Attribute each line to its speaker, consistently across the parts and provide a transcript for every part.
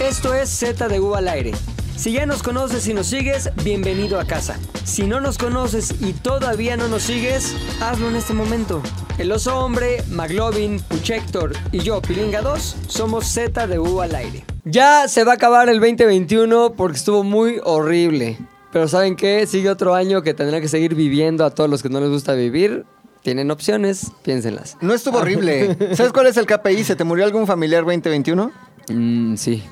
Speaker 1: Esto es Z de U al aire. Si ya nos conoces y nos sigues, bienvenido a casa. Si no nos conoces y todavía no nos sigues, hazlo en este momento. El oso hombre, Maglovin, Puchector y yo, Pilinga 2, somos Z de U al aire. Ya se va a acabar el 2021 porque estuvo muy horrible. Pero ¿saben qué? Sigue otro año que tendrá que seguir viviendo a todos los que no les gusta vivir. Tienen opciones, piénsenlas.
Speaker 2: No estuvo horrible. ¿Sabes cuál es el KPI? ¿Se te murió algún familiar 2021?
Speaker 1: Mm, sí.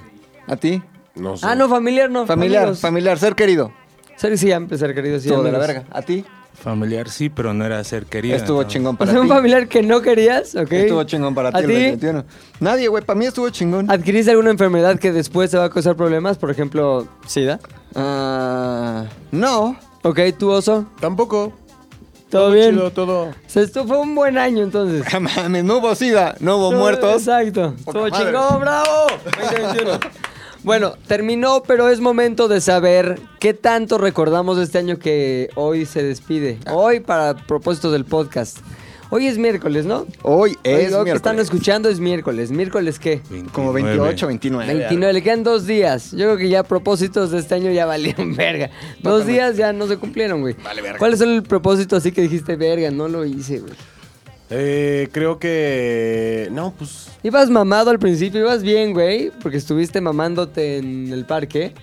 Speaker 2: ¿A ti?
Speaker 3: No sé.
Speaker 1: Ah, no, familiar no.
Speaker 2: Familiar,
Speaker 1: amigos.
Speaker 2: familiar, ser querido.
Speaker 1: Ser- sí, ya empezar, querido. Sí,
Speaker 2: Todo de la
Speaker 1: amigos.
Speaker 2: verga. ¿A ti?
Speaker 4: Familiar sí, pero no era ser querido.
Speaker 2: Estuvo
Speaker 4: entonces.
Speaker 2: chingón
Speaker 1: O
Speaker 2: para
Speaker 1: sea,
Speaker 2: ti.
Speaker 1: un familiar que no querías, ok.
Speaker 2: Estuvo chingón para ti.
Speaker 1: ¿A
Speaker 2: el
Speaker 1: ti?
Speaker 2: 2021. Nadie, güey. Para mí estuvo chingón.
Speaker 1: ¿Adquiriste alguna enfermedad que después te va a causar problemas? Por ejemplo, SIDA.
Speaker 2: Ah, no.
Speaker 1: Ok, tú oso.
Speaker 3: Tampoco.
Speaker 1: Todo bien.
Speaker 3: Chido todo.
Speaker 1: O sea, esto fue un buen año entonces.
Speaker 2: Mames, no hubo sida, no hubo
Speaker 1: Todo-
Speaker 2: muertos.
Speaker 1: Exacto. Todo
Speaker 2: madre.
Speaker 1: chingón, bravo. 2021. Bueno, terminó, pero es momento de saber qué tanto recordamos de este año que hoy se despide.
Speaker 2: Ah.
Speaker 1: Hoy para propósitos del podcast. Hoy es miércoles, ¿no?
Speaker 2: Hoy
Speaker 1: Hoy
Speaker 2: es
Speaker 1: lo que
Speaker 2: miércoles.
Speaker 1: están escuchando es miércoles. ¿Miércoles qué?
Speaker 4: 29.
Speaker 2: Como 28, 29.
Speaker 1: 29, le quedan dos días. Yo creo que ya propósitos de este año ya valieron verga. Dos días ya no se cumplieron, güey. ¿Cuál es el propósito así que dijiste, verga, no lo hice, güey?
Speaker 3: Eh, creo que. No, pues.
Speaker 1: Ibas mamado al principio, ibas bien, güey, porque estuviste mamándote en el parque.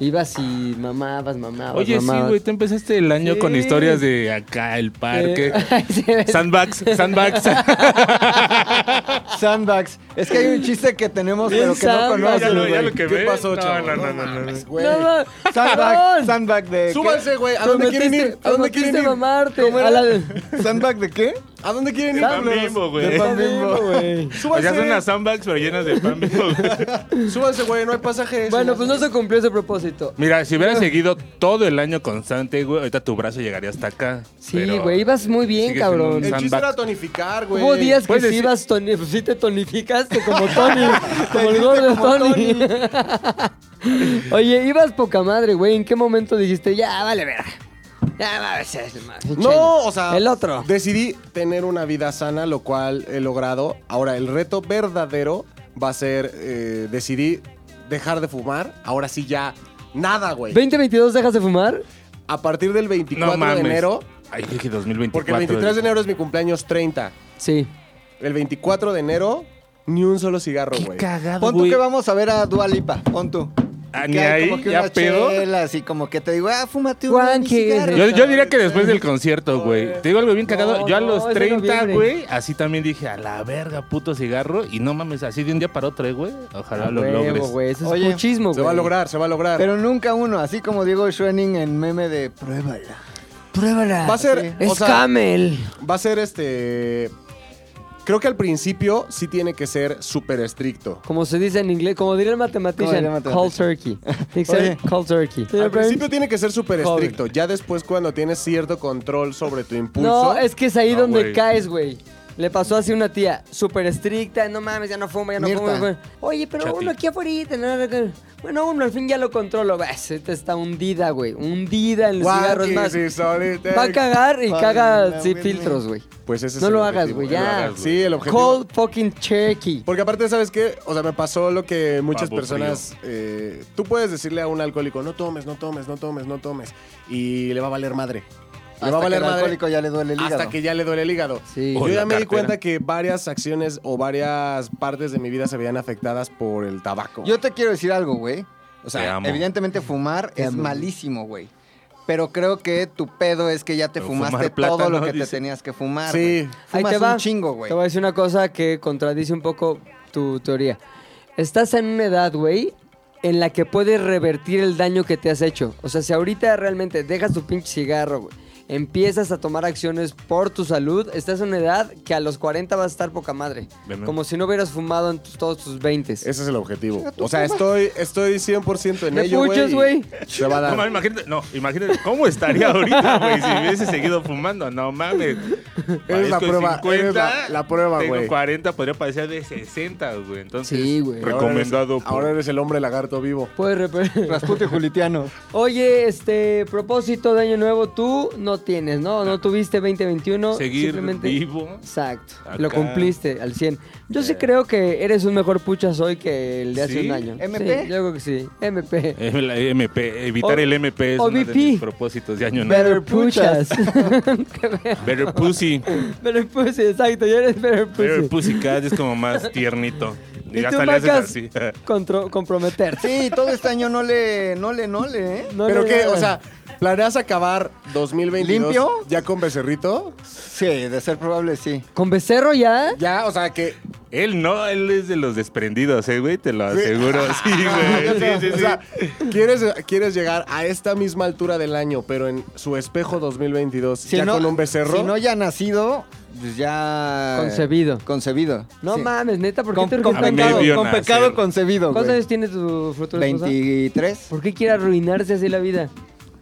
Speaker 1: Ibas y mamabas, mamabas,
Speaker 4: Oye, sí,
Speaker 1: mamabas.
Speaker 4: güey, tú empezaste el año con
Speaker 1: Sí.
Speaker 4: historias de acá, el parque.
Speaker 1: Eh, sí, ves.
Speaker 4: Sandbags, sandbags.
Speaker 2: Sandbags. Es que hay un chiste que tenemos,
Speaker 1: Bien
Speaker 2: pero que no
Speaker 1: sandbags,
Speaker 2: conoces,
Speaker 1: ya lo-
Speaker 2: güey.
Speaker 4: que
Speaker 3: ¿Qué
Speaker 4: ve.
Speaker 3: pasó,
Speaker 4: No,
Speaker 3: chavo?
Speaker 4: no, no, no, no.
Speaker 3: mames, güey.
Speaker 1: No, no,
Speaker 2: Sandbag,
Speaker 1: cabrón.
Speaker 2: sandbag de. qué?
Speaker 3: Súbanse, güey. ¿A dónde quieren
Speaker 1: Prometiste-
Speaker 3: ir? ¿A dónde quieren
Speaker 1: prometiste
Speaker 3: ir?
Speaker 1: mamarte.
Speaker 3: ¿Cómo era?
Speaker 1: A la-
Speaker 2: ¿Sandbag de qué?
Speaker 3: ¿A dónde quieren ir?
Speaker 4: Pan bimbo, güey.
Speaker 2: De pan bimbo.
Speaker 1: güey.
Speaker 4: O sea, son unas
Speaker 3: Súbanse.
Speaker 4: sandbags, pero llenas de pan. bimbo, güey.
Speaker 3: Súbanse, güey. No hay pasajes.
Speaker 1: Bueno, pues no se cumplió ese propósito.
Speaker 4: Mira, si hubieras seguido todo el año constante, güey, ahorita tu brazo llegaría hasta acá.
Speaker 1: Sí,
Speaker 4: pero-
Speaker 1: güey, ibas muy bien,
Speaker 4: sigue siendo
Speaker 1: cabrón.
Speaker 4: un
Speaker 3: El chiste
Speaker 4: sandbag.
Speaker 3: era tonificar, güey.
Speaker 1: Hubo días que
Speaker 4: Puedes
Speaker 1: sí
Speaker 4: decir-
Speaker 1: ibas toni- pues sí te tonificaste como Tony, como el gordo Tony. Oye, ibas poca madre, güey. ¿En qué momento dijiste, ya, vale, verga? Ya, va a ser más.
Speaker 3: No, o sea,
Speaker 1: El otro.
Speaker 3: Decidí tener una vida sana, lo cual he logrado. Ahora, el reto verdadero va a ser. eh, decidí dejar de fumar. Ahora sí, ya nada, güey.
Speaker 1: 2022 dejas de fumar.
Speaker 3: A partir del 24
Speaker 4: No
Speaker 3: de
Speaker 4: mames.
Speaker 3: enero,
Speaker 4: Ay, dije 2024.
Speaker 3: porque el 23 de enero es mi cumpleaños 30.
Speaker 1: Sí.
Speaker 3: El 24 de enero, ni un solo cigarro,
Speaker 4: Qué
Speaker 3: güey.
Speaker 4: cagado,
Speaker 2: Pon tú
Speaker 4: güey.
Speaker 2: que vamos a ver a Dua Lipa. Pon tú.
Speaker 4: Ah,
Speaker 2: Que
Speaker 4: ni
Speaker 2: hay
Speaker 4: ahí,
Speaker 2: como que
Speaker 4: ya
Speaker 2: unas
Speaker 4: pedo.
Speaker 2: chelas y como que te digo, ah, fúmate un
Speaker 1: Juan,
Speaker 2: mi
Speaker 1: que-
Speaker 2: cigarro,
Speaker 4: Yo, yo
Speaker 2: cabrón.
Speaker 4: diría que después del concierto, güey. Te digo algo bien cagado.
Speaker 1: No,
Speaker 4: yo a
Speaker 1: no,
Speaker 4: los
Speaker 1: es de
Speaker 4: 30,
Speaker 1: noviembre.
Speaker 4: güey, así también dije, a la verga, puto cigarro. Y no mames, así de un día para otro, eh, güey. Ojalá lo
Speaker 1: Huevo,
Speaker 4: logres.
Speaker 1: güey, Eso es
Speaker 2: Oye,
Speaker 1: puchismo,
Speaker 3: Se va a
Speaker 1: güey.
Speaker 3: lograr, se va a lograr.
Speaker 2: Pero nunca uno, así como Diego Schwenning en meme de pruébala.
Speaker 1: Pruébala.
Speaker 3: Va a ser,
Speaker 1: Es
Speaker 3: o sea-
Speaker 1: camel.
Speaker 3: Va a ser este. Creo que al principio sí tiene que ser súper estricto.
Speaker 1: Como se dice en inglés, como diría el
Speaker 2: Como diría el
Speaker 1: matematician,
Speaker 2: matematician.
Speaker 1: cold turkey. Tiene que ser
Speaker 2: Oye.
Speaker 1: cold turkey.
Speaker 3: Al principio tiene que ser súper
Speaker 1: Joven.
Speaker 3: estricto. Ya después, cuando tienes cierto control sobre tu impulso.
Speaker 1: No, es que es ahí
Speaker 4: No,
Speaker 1: donde
Speaker 4: güey.
Speaker 1: caes, güey. Le pasó así a una tía, súper estricta, no mames, ya no fumo, ya no
Speaker 2: Mirta.
Speaker 1: fumo. ya no fumo. Oye, pero
Speaker 4: Chati.
Speaker 1: uno aquí afuera, bueno, uno al fin ya lo controlo. Vas, esta está hundida, güey, hundida en los cigarros
Speaker 3: Walkie,
Speaker 1: más.
Speaker 3: sí, solitaire.
Speaker 1: Va a cagar y
Speaker 2: Fuck
Speaker 1: caga
Speaker 2: me,
Speaker 1: sin
Speaker 2: with
Speaker 1: filtros,
Speaker 2: me.
Speaker 1: güey.
Speaker 3: Pues ese es
Speaker 1: No
Speaker 3: el
Speaker 1: lo hagas,
Speaker 3: objetivo,
Speaker 1: güey,
Speaker 3: no lo
Speaker 1: ya.
Speaker 3: hagas, güey. Sí, el objetivo.
Speaker 1: Cold fucking turkey.
Speaker 3: Porque aparte, ¿sabes qué? O sea, me pasó lo que muchas
Speaker 4: Pavo
Speaker 3: personas... eh, tú puedes decirle a un alcohólico, no tomes, no tomes, no tomes, no tomes. Y le va a valer madre. Le
Speaker 2: Hasta
Speaker 3: va a valer
Speaker 2: que al
Speaker 3: madre
Speaker 2: alcohólico ya le duele el hígado.
Speaker 3: hasta que ya le duele el hígado.
Speaker 1: Sí.
Speaker 3: Yo
Speaker 4: O
Speaker 3: ya
Speaker 4: la
Speaker 3: me di
Speaker 4: cartera.
Speaker 3: cuenta que varias acciones o varias partes de mi vida se veían afectadas por el tabaco.
Speaker 2: Yo te quiero decir algo, güey. O
Speaker 4: Te
Speaker 2: sea,
Speaker 4: amo.
Speaker 2: evidentemente fumar
Speaker 1: Te
Speaker 2: es
Speaker 1: amo.
Speaker 2: malísimo, güey. Pero creo que tu pedo es que ya te
Speaker 4: Pero
Speaker 2: fumaste
Speaker 4: fumar plátano,
Speaker 2: todo lo que te
Speaker 4: dice.
Speaker 2: tenías que fumar.
Speaker 3: Sí.
Speaker 2: güey.
Speaker 1: Ahí
Speaker 2: Fumas
Speaker 1: te va.
Speaker 2: un chingo, güey.
Speaker 1: Te voy a decir una cosa que contradice un poco tu teoría. Estás en una edad, güey, en la que puedes revertir el daño que te has hecho. O sea, si ahorita realmente dejas tu pinche cigarro, güey, empiezas a tomar acciones por tu salud, estás en una edad que a los 40 vas a estar poca madre.
Speaker 4: Veme.
Speaker 1: Como si no hubieras fumado en tus- todos tus 20.
Speaker 3: Ese es el objetivo. O sea, estoy, estoy 100% en
Speaker 1: Me
Speaker 3: ello,
Speaker 1: puchas,
Speaker 3: güey.
Speaker 1: güey.
Speaker 3: y Se va a
Speaker 4: No, mames,
Speaker 3: dar.
Speaker 4: imagínate, no, imagínate cómo estaría ahorita, güey, si hubiese seguido fumando. No mames.
Speaker 3: Eres la
Speaker 4: Parezco de
Speaker 3: prueba, eres la- la prueba,
Speaker 4: tengo
Speaker 3: güey.
Speaker 4: 40, podría parecer de 60, güey. Entonces,
Speaker 1: Sí, güey.
Speaker 3: Ahora eres-
Speaker 4: recomendado. por-
Speaker 3: Ahora eres el hombre lagarto vivo.
Speaker 1: Puedes rever-
Speaker 2: Rasputin Julitiano.
Speaker 1: Oye, este propósito de año nuevo, tú no no tienes, ¿no? No tuviste 2021.
Speaker 4: Ah. Seguir
Speaker 1: simplemente-
Speaker 4: vivo.
Speaker 1: Exacto,
Speaker 4: Acá. Eh.
Speaker 1: lo cumpliste al 100. Yo sí creo que eres un mejor puchas hoy que el de hace
Speaker 4: ¿Sí?
Speaker 1: un año.
Speaker 2: ¿MP?
Speaker 1: Sí, yo creo que sí. MP.
Speaker 4: El MP, evitar
Speaker 1: O-
Speaker 4: el MP es
Speaker 1: o
Speaker 4: uno de
Speaker 1: VP.
Speaker 4: mis propósitos de año nuevo.
Speaker 1: Better puchas.
Speaker 4: Better Pussy.
Speaker 1: Better pussy, exacto. Yo eres better pussy.
Speaker 4: Better Pussycat es como más tiernito. Y
Speaker 1: Pues Y tú,
Speaker 4: hasta le haces
Speaker 1: Macas,
Speaker 4: así.
Speaker 1: contro- comprometerte.
Speaker 2: Sí, todo este año no le, no le, no le, ¿eh?
Speaker 1: No
Speaker 3: ¿Pero
Speaker 1: le
Speaker 3: qué?
Speaker 1: ganas.
Speaker 3: O sea, ¿planeas acabar 2022
Speaker 2: ¿Limpio?
Speaker 3: ya con becerrito?
Speaker 2: Sí, de ser probable, sí.
Speaker 1: ¿Con becerro ya?
Speaker 3: Ya, o sea, que...
Speaker 4: Él no, él es de los desprendidos, ¿eh, güey? Te lo
Speaker 3: Sí.
Speaker 4: aseguro. Sí,
Speaker 3: O
Speaker 4: güey.
Speaker 3: sea,
Speaker 4: Sí, sí,
Speaker 3: o
Speaker 4: sí.
Speaker 3: sea, quieres, quieres llegar a esta misma altura del año, pero en su espejo 2022, ya con un becerro.
Speaker 2: Si no ya nacido, pues ya...
Speaker 1: Concebido.
Speaker 2: Concebido.
Speaker 1: No
Speaker 2: sí.
Speaker 1: mames, neta, ¿por qué
Speaker 2: Con,
Speaker 1: te
Speaker 2: con
Speaker 1: urges tanto?
Speaker 4: A mí me vio
Speaker 2: pecado, con
Speaker 4: nacer.
Speaker 2: pecado concebido,
Speaker 1: ¿Cuántos
Speaker 2: güey.
Speaker 1: años tiene tu fruto de esposa?
Speaker 2: 23.
Speaker 1: ¿Por qué quiere arruinarse así la vida?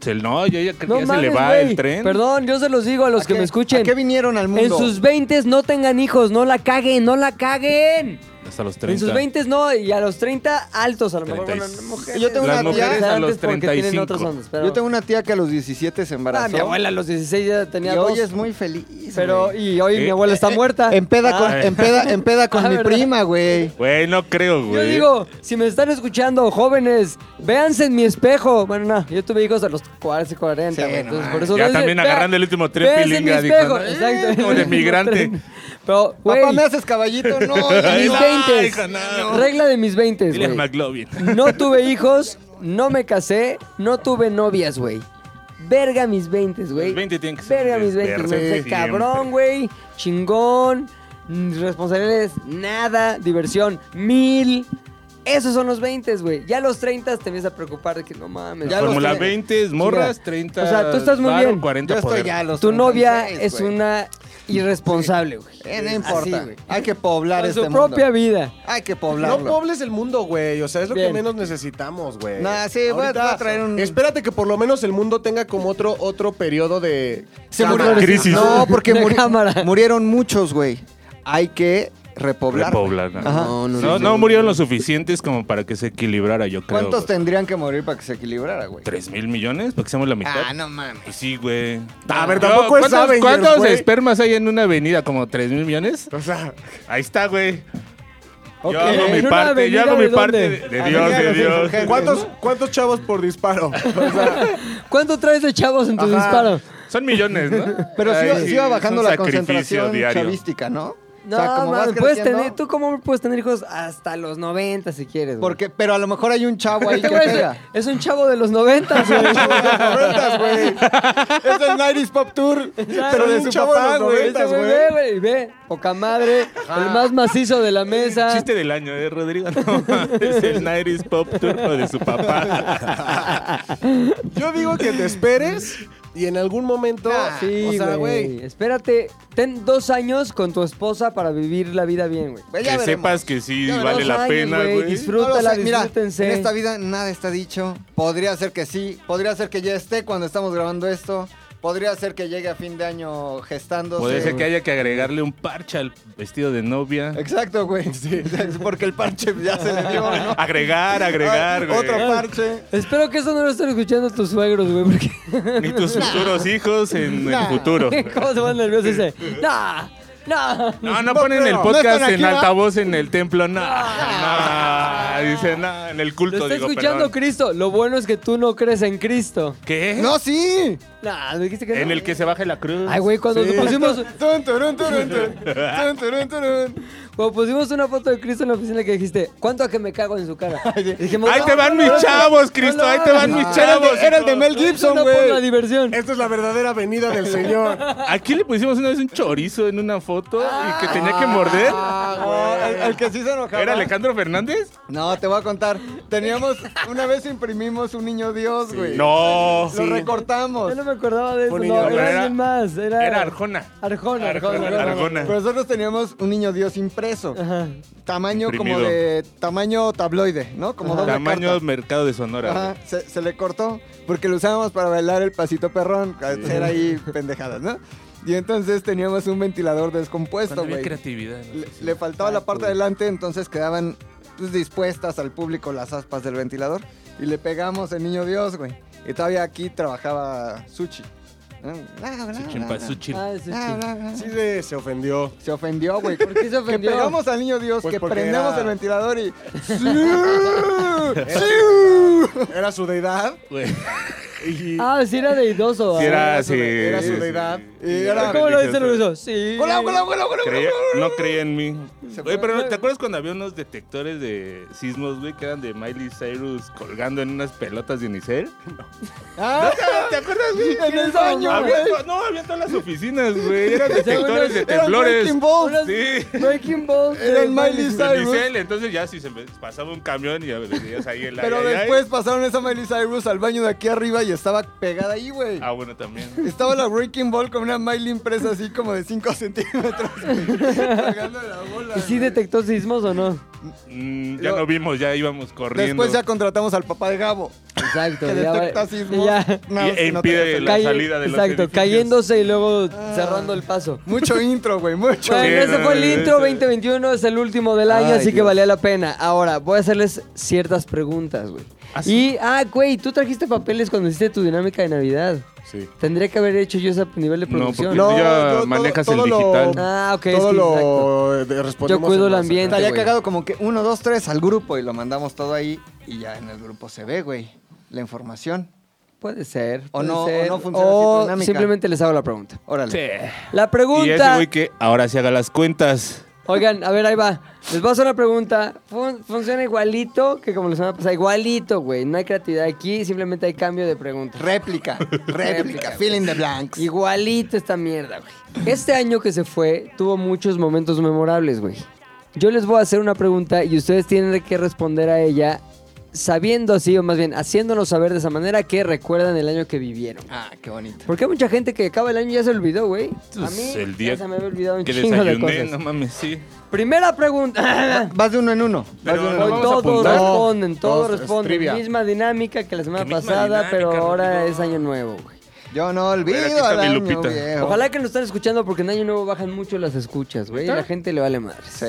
Speaker 4: Se- No, ya, ya, creo que
Speaker 1: No
Speaker 4: ya
Speaker 1: mames,
Speaker 4: se le va
Speaker 1: güey.
Speaker 4: el tren.
Speaker 1: Perdón, yo se los digo a los
Speaker 2: ¿A
Speaker 1: que
Speaker 2: qué-
Speaker 1: me escuchen.
Speaker 2: ¿A qué vinieron al mundo?
Speaker 1: En sus 20 no tengan hijos, no la caguen, no la caguen.
Speaker 4: Hasta los 30.
Speaker 1: En sus 20 no, y a los 30 altos a lo mejor.
Speaker 4: 36.
Speaker 1: Bueno, mujeres,
Speaker 2: Yo tengo
Speaker 4: Las
Speaker 2: una tía-
Speaker 4: mujeres a los
Speaker 1: antes porque tienen
Speaker 4: 35.
Speaker 1: otros ondas, pero-
Speaker 2: Yo tengo una tía que a los 17 se embarazó.
Speaker 1: Ah, mi abuela a los 16 ya tenía
Speaker 2: y
Speaker 1: dos.
Speaker 2: hoy es muy feliz,
Speaker 1: Pero,
Speaker 2: güey.
Speaker 1: y hoy
Speaker 4: Eh,
Speaker 1: mi abuela está muerta.
Speaker 2: En peda con,
Speaker 4: Ah.
Speaker 2: en peda, en peda con
Speaker 1: Ah,
Speaker 2: mi
Speaker 1: ¿verdad?
Speaker 2: prima, güey.
Speaker 4: Güey, no creo, güey.
Speaker 1: Yo digo, si me están escuchando, jóvenes, véanse en mi espejo. Bueno, no, yo tuve hijos a los 40, 40.
Speaker 2: Sí,
Speaker 1: güey,
Speaker 2: no
Speaker 1: entonces,
Speaker 2: mames.
Speaker 1: por eso
Speaker 4: Ya
Speaker 1: no
Speaker 4: también
Speaker 1: dice,
Speaker 4: agarrando
Speaker 1: "Vea-
Speaker 4: el último tren
Speaker 1: véanse
Speaker 4: pilinga",
Speaker 1: en mi espejo.
Speaker 4: dijo, ¿no?
Speaker 1: Exacto.
Speaker 4: Como de migrante.
Speaker 1: Pero, güey,
Speaker 2: Papá, ¿me haces caballito? No, ya
Speaker 1: mis
Speaker 2: no.
Speaker 4: Ay,
Speaker 1: 20
Speaker 4: hija, no.
Speaker 1: regla de mis 20
Speaker 4: Dile a McLovin.
Speaker 1: No tuve hijos, no me casé, no tuve novias, güey. Verga mis 20, güey.
Speaker 4: Los 20 tienen que ser
Speaker 1: Verga mis 20,
Speaker 4: verse
Speaker 1: güey.
Speaker 4: siempre.
Speaker 1: Cabrón, güey. Chingón. mm, Responsabilidades, nada. Diversión, mil. Esos son los 20, güey. Ya a los 30 te empiezas a preocupar de que no mames.
Speaker 2: Ya los
Speaker 4: Fórmula
Speaker 2: tiene.
Speaker 4: 20 es morras,
Speaker 1: Mira,
Speaker 4: 30.
Speaker 1: o sea, tú estás muy
Speaker 4: varo,
Speaker 1: bien.
Speaker 4: 40
Speaker 2: Yo estoy
Speaker 4: poder.
Speaker 2: ya a los
Speaker 1: tu novia
Speaker 2: 36,
Speaker 1: es
Speaker 2: güey.
Speaker 1: una irresponsable, güey.
Speaker 2: Eh, no
Speaker 1: Así,
Speaker 2: importa.
Speaker 1: güey.
Speaker 2: Hay que poblar
Speaker 1: Con
Speaker 2: este
Speaker 1: su
Speaker 2: mundo.
Speaker 1: propia vida.
Speaker 2: Hay que
Speaker 3: No
Speaker 2: poblarlo.
Speaker 3: pobles el mundo, güey. O sea, es lo
Speaker 1: Bien.
Speaker 3: que menos necesitamos, güey.
Speaker 2: Nah, sí, voy a-
Speaker 3: Ahorita-
Speaker 2: voy a traer un-
Speaker 3: Espérate que por lo menos el mundo tenga como otro, otro periodo de...
Speaker 2: Se
Speaker 3: Cámara.
Speaker 2: murió-
Speaker 4: Crisis.
Speaker 2: No, porque
Speaker 1: De
Speaker 2: muri-
Speaker 1: cámara.
Speaker 2: murieron muchos, güey. Hay que repoblar.
Speaker 4: Repoblar, ¿no?
Speaker 2: Ajá.
Speaker 4: No, no, murieron lo suficientes como para que se equilibrara, yo creo.
Speaker 2: ¿Cuántos
Speaker 4: güey.
Speaker 2: tendrían que morir para que se equilibrara, güey?
Speaker 4: ¿Tres mil millones? ¿Para que seamos la mitad?
Speaker 2: Ah, no mames.
Speaker 4: Pues sí, güey.
Speaker 3: A ver,
Speaker 4: No,
Speaker 3: tampoco es
Speaker 4: ¿Cuántos,
Speaker 3: Avengers,
Speaker 4: cuántos
Speaker 3: güey.
Speaker 4: espermas hay en una avenida? ¿Como tres mil millones?
Speaker 3: O sea,
Speaker 4: Ahí está, güey.
Speaker 1: Ok.
Speaker 4: Yo hago mi
Speaker 1: ¿En una
Speaker 4: parte, yo
Speaker 1: avenida
Speaker 4: hago
Speaker 1: de
Speaker 4: mi parte.
Speaker 1: dónde?
Speaker 4: De, de
Speaker 2: Avenida
Speaker 4: Dios,
Speaker 2: de
Speaker 4: de
Speaker 2: los
Speaker 4: Dios.
Speaker 2: Insurgentes.
Speaker 3: ¿cuántos, ¿cuántos chavos por disparo? O sea,
Speaker 1: ¿Cuánto traes de chavos en tu
Speaker 3: Ajá.
Speaker 1: disparo?
Speaker 4: Son millones, ¿no?
Speaker 2: Pero sí,
Speaker 4: Ay,
Speaker 2: sí iba bajando
Speaker 4: es un
Speaker 2: la
Speaker 4: sacrificio
Speaker 2: concentración
Speaker 4: diario.
Speaker 2: chavística, ¿no?
Speaker 1: No,
Speaker 2: vas
Speaker 1: mames, puedes
Speaker 2: creciendo,
Speaker 1: tener, tú como puedes tener hijos hasta los 90 si quieres. güey.
Speaker 2: Porque, pero a lo mejor hay un chavo ahí
Speaker 1: Este
Speaker 2: que
Speaker 1: güey es,
Speaker 2: pega.
Speaker 1: es un chavo de los 90, güey.
Speaker 2: noventas, güey. Es el 90s Pop Tour, pero de
Speaker 3: un
Speaker 2: su
Speaker 3: chavo de
Speaker 2: papá,
Speaker 3: los
Speaker 2: güey.
Speaker 1: Este güey ve, güey, ve, poca madre, el más macizo de la mesa.
Speaker 4: Chiste del año, ¿eh, Rodrigo? No, es el Nairis Pop Tour o de su papá.
Speaker 3: yo digo que te esperes y en algún momento...
Speaker 1: Ah, sí,
Speaker 3: o sea, güey...
Speaker 1: güey. Espérate, ten dos años con tu esposa para vivir la vida bien, güey.
Speaker 2: Güey, Pues ya
Speaker 4: Que
Speaker 2: veremos.
Speaker 4: sepas que sí
Speaker 2: Ya
Speaker 4: vale
Speaker 1: veremos.
Speaker 4: la
Speaker 1: Años,
Speaker 4: pena,
Speaker 1: güey,
Speaker 4: güey.
Speaker 1: disfruta.
Speaker 2: No lo
Speaker 1: Disfrútala,
Speaker 2: sé, mira,
Speaker 1: disfrútense.
Speaker 2: en esta vida nada está dicho. Podría ser que sí, podría ser que ya esté cuando estamos grabando esto, podría ser que llegue a fin de año gestándose.
Speaker 4: Puede ser que haya que agregarle un parche al vestido de novia.
Speaker 2: Exacto, güey. Sí, porque el parche ya se le dio, ¿no?
Speaker 4: Agregar, agregar, güey.
Speaker 2: Otro parche.
Speaker 1: Espero que eso no lo estén escuchando tus suegros, güey, porque...
Speaker 4: Ni tus futuros hijos en el futuro.
Speaker 1: ¿Cómo se van nerviosos? Dice, ¡Nah! ¡Nah!
Speaker 4: No, no ponen el
Speaker 2: creo. ¿No
Speaker 4: podcast
Speaker 2: están
Speaker 4: en
Speaker 2: aquí, va?
Speaker 4: altavoz en el templo, no. no. Dicen, no, en el
Speaker 1: Lo
Speaker 4: culto,
Speaker 1: está
Speaker 4: digo,
Speaker 1: escuchando
Speaker 4: perdón.
Speaker 1: Cristo. Lo bueno es que tú no crees en Cristo.
Speaker 4: ¿Qué?
Speaker 2: No, sí.
Speaker 1: Nah, ¿no dijiste que
Speaker 4: En
Speaker 1: no?
Speaker 4: el que se baje la cruz.
Speaker 1: Ay, güey, cuando pusimos...
Speaker 2: Tun, turun, turun, turun. Tun, turun, turun.
Speaker 1: Cuando pusimos una foto de Cristo en la oficina que dijiste, ¿cuánto a que me cago en su cara? Dijimos,
Speaker 4: Ahí
Speaker 1: "No,
Speaker 4: te van
Speaker 1: no,
Speaker 4: mis
Speaker 1: no, no,
Speaker 4: chavos,
Speaker 1: no
Speaker 4: Cristo,
Speaker 1: lo
Speaker 4: ahí te
Speaker 1: hagas".
Speaker 4: van
Speaker 1: Ah,
Speaker 4: mis
Speaker 1: No,
Speaker 4: chavos.
Speaker 2: Era el de Mel
Speaker 1: Eso
Speaker 2: Gibson,
Speaker 1: no por la
Speaker 2: güey.
Speaker 1: diversión.
Speaker 4: Eh,
Speaker 3: Esta es la verdadera venida del Señor.
Speaker 4: Aquí le pusimos una vez un chorizo en una foto y que tenía que morder.
Speaker 2: Ah, el, el que sí se enojaba.
Speaker 4: ¿Era Alejandro Fernández?
Speaker 2: No, te voy a contar. Teníamos, una vez imprimimos un niño Dios, güey.
Speaker 4: No.
Speaker 2: Lo recortamos.
Speaker 1: Yo no me acordaba de eso.
Speaker 3: Fue un
Speaker 1: No,
Speaker 3: niño,
Speaker 1: era,
Speaker 4: pero era-
Speaker 1: alguien más. Era,
Speaker 4: Era Arjona.
Speaker 1: Arjona. Arjona.
Speaker 4: Arjona,
Speaker 1: Arjona.
Speaker 4: Arjona.
Speaker 2: Pero nosotros teníamos un niño Dios impreso.
Speaker 1: Ajá.
Speaker 2: Tamaño
Speaker 4: Imprimido.
Speaker 2: como de. Tamaño tabloide, ¿no? Como doble
Speaker 4: Tamaño
Speaker 2: carta.
Speaker 4: mercado de Sonora.
Speaker 2: Ajá, se, se le cortó porque lo usábamos para bailar el pasito perrón, hacer ahí pendejadas, ¿no? Y entonces teníamos un ventilador descompuesto,
Speaker 4: Cuando había
Speaker 2: güey.
Speaker 4: creatividad. no
Speaker 2: Le,
Speaker 4: sé si-
Speaker 2: le faltaba la parte de adelante, entonces quedaban pues, dispuestas al público las aspas del ventilador. Y le pegamos el niño Dios, güey. Y todavía aquí trabajaba Sushi.
Speaker 4: Su chimpa, su chimpa.
Speaker 1: Ah, sí, sí.
Speaker 3: Sí, se, se ofendió.
Speaker 2: Se ofendió, güey.
Speaker 1: ¿Por qué se ofendió?
Speaker 2: Que pegamos al niño Dios,
Speaker 3: Pues
Speaker 2: que
Speaker 3: porque
Speaker 2: prendemos
Speaker 3: era-
Speaker 2: el ventilador y...
Speaker 3: Era, era su deidad.
Speaker 4: Güey.
Speaker 3: Y
Speaker 1: Ah, sí era deidoso.
Speaker 4: Sí, era
Speaker 3: era
Speaker 4: así.
Speaker 3: su de- era
Speaker 4: sí,
Speaker 3: su
Speaker 4: sí,
Speaker 3: deidad.
Speaker 4: sí.
Speaker 3: Y era-
Speaker 1: ¿Cómo lo dice
Speaker 4: religioso.
Speaker 1: Luis? Sí.
Speaker 2: ¡Hola, hola, hola, hola!
Speaker 4: Creía- no creía en mí. Oye, pero ¿te acuerdas cuando había unos detectores de sismos, güey, que eran de Miley Cyrus colgando en unas pelotas de Unicel?
Speaker 2: Ah,
Speaker 4: ¿Te acuerdas, güey?
Speaker 2: en el baño, güey.
Speaker 4: Había to- no, había todas las oficinas, güey. Eran detectores de
Speaker 2: Era
Speaker 4: temblores.
Speaker 2: Wrecking Ball.
Speaker 1: Unas-
Speaker 4: Sí.
Speaker 1: Breaking Balls.
Speaker 2: Era el Miley Cyrus.
Speaker 4: Unicel, entonces ya si se me- pasaba un camión y ya veías ahí el ay,
Speaker 2: Pero
Speaker 4: ay, ay.
Speaker 2: después pasaron esa Miley Cyrus al baño de aquí arriba y estaba pegada ahí, güey.
Speaker 4: Ah, bueno, también.
Speaker 2: Estaba la Breaking Ball con una Miley impresa así como de 5 centímetros. güey, pegando la bola.
Speaker 1: ¿Y sí
Speaker 2: güey.
Speaker 1: detectó sismos o no?
Speaker 4: Mm, ya
Speaker 2: Lo-
Speaker 4: no vimos, ya íbamos corriendo.
Speaker 2: Después ya contratamos al papá de Gabo.
Speaker 1: Exacto.
Speaker 2: Que
Speaker 1: ya va-
Speaker 2: detecta sismos.
Speaker 1: ya.
Speaker 2: No,
Speaker 4: Y-
Speaker 2: si
Speaker 4: e
Speaker 2: no te
Speaker 4: impide
Speaker 2: dejas
Speaker 4: la
Speaker 1: Calle-
Speaker 4: salida de los
Speaker 1: Exacto,
Speaker 4: edificios.
Speaker 1: cayéndose y luego
Speaker 2: Ah.
Speaker 1: cerrando el paso.
Speaker 2: el- Mucho intro, güey, mucho.
Speaker 1: Bueno,
Speaker 4: bien,
Speaker 1: ese fue el
Speaker 4: eh,
Speaker 1: intro
Speaker 4: ese.
Speaker 1: 2021, es el último del año,
Speaker 2: Ay,
Speaker 1: así que
Speaker 2: Dios.
Speaker 1: valía la pena. Ahora, voy a hacerles ciertas preguntas, güey.
Speaker 4: ¿Ah,
Speaker 1: Y, ah, güey, tú trajiste papeles cuando hiciste tu dinámica de Navidad.
Speaker 3: Sí.
Speaker 1: Tendría que haber hecho yo ese nivel de
Speaker 4: No,
Speaker 1: producción.
Speaker 4: porque-
Speaker 2: No,
Speaker 4: Ya
Speaker 2: yo todo-
Speaker 4: manejas
Speaker 2: todo
Speaker 4: el
Speaker 2: lo-
Speaker 4: digital.
Speaker 1: Ah, ok. es
Speaker 3: Todo
Speaker 1: que- exacto.
Speaker 3: lo eh, de- respondemos
Speaker 1: Yo cuido
Speaker 3: en
Speaker 1: el
Speaker 3: WhatsApp.
Speaker 1: ambiente.
Speaker 2: Estaría
Speaker 1: güey.
Speaker 2: cagado como que 1, 2, 3 al grupo y lo mandamos todo ahí y ya en el grupo se ve, güey, la información.
Speaker 1: Puede ser.
Speaker 2: O
Speaker 1: puede
Speaker 2: no- o
Speaker 1: ser.
Speaker 2: no funciona así tu
Speaker 1: O
Speaker 2: dinámica.
Speaker 1: simplemente les hago la pregunta.
Speaker 2: Órale.
Speaker 1: La
Speaker 4: Y ese
Speaker 1: pregunta.
Speaker 4: güey que ahora se haga las cuentas.
Speaker 1: Oigan, a ver, ahí va. Les voy a hacer una pregunta. Fun- funciona igualito que como les semana pasada. Igualito, güey. No hay creatividad aquí, simplemente hay cambio de pregunta.
Speaker 2: Réplica, réplica, feeling the blanks.
Speaker 1: Igualito esta mierda, güey. Este año que se fue tuvo muchos momentos memorables, güey. Yo les voy a hacer una pregunta y ustedes tienen que responder a ella sabiendo así, o más bien haciéndonos saber de esa manera que recuerdan el año que vivieron.
Speaker 2: Ah, qué bonito.
Speaker 1: Porque hay mucha gente que acaba el año y ya se olvidó, güey. A
Speaker 4: Pues,
Speaker 1: mí
Speaker 4: el
Speaker 1: ya
Speaker 4: día
Speaker 1: se me había olvidado un
Speaker 4: que
Speaker 1: chingo de
Speaker 4: desayuné,
Speaker 1: cosas.
Speaker 4: no mames, sí.
Speaker 1: Primera pregunta.
Speaker 2: Vas de uno en uno. vas
Speaker 4: Pero
Speaker 2: de uno
Speaker 4: no
Speaker 2: en
Speaker 1: Hoy
Speaker 2: uno.
Speaker 4: vamos a
Speaker 1: todos
Speaker 4: apuntar.
Speaker 1: responden, todos
Speaker 3: Todos, es
Speaker 1: responden.
Speaker 3: trivia.
Speaker 1: Misma dinámica que la semana
Speaker 4: Que misma
Speaker 1: pasada,
Speaker 4: dinámica,
Speaker 1: pero ahora
Speaker 4: Rodrigo.
Speaker 1: es año nuevo, güey.
Speaker 2: Yo no
Speaker 4: Mira, aquí
Speaker 2: olvido
Speaker 4: está
Speaker 2: al
Speaker 4: mi
Speaker 2: año
Speaker 4: Lupita.
Speaker 2: viejo.
Speaker 1: Ojalá que nos están escuchando porque en año nuevo bajan mucho las escuchas, güey. y La gente le vale madre.
Speaker 2: Sí.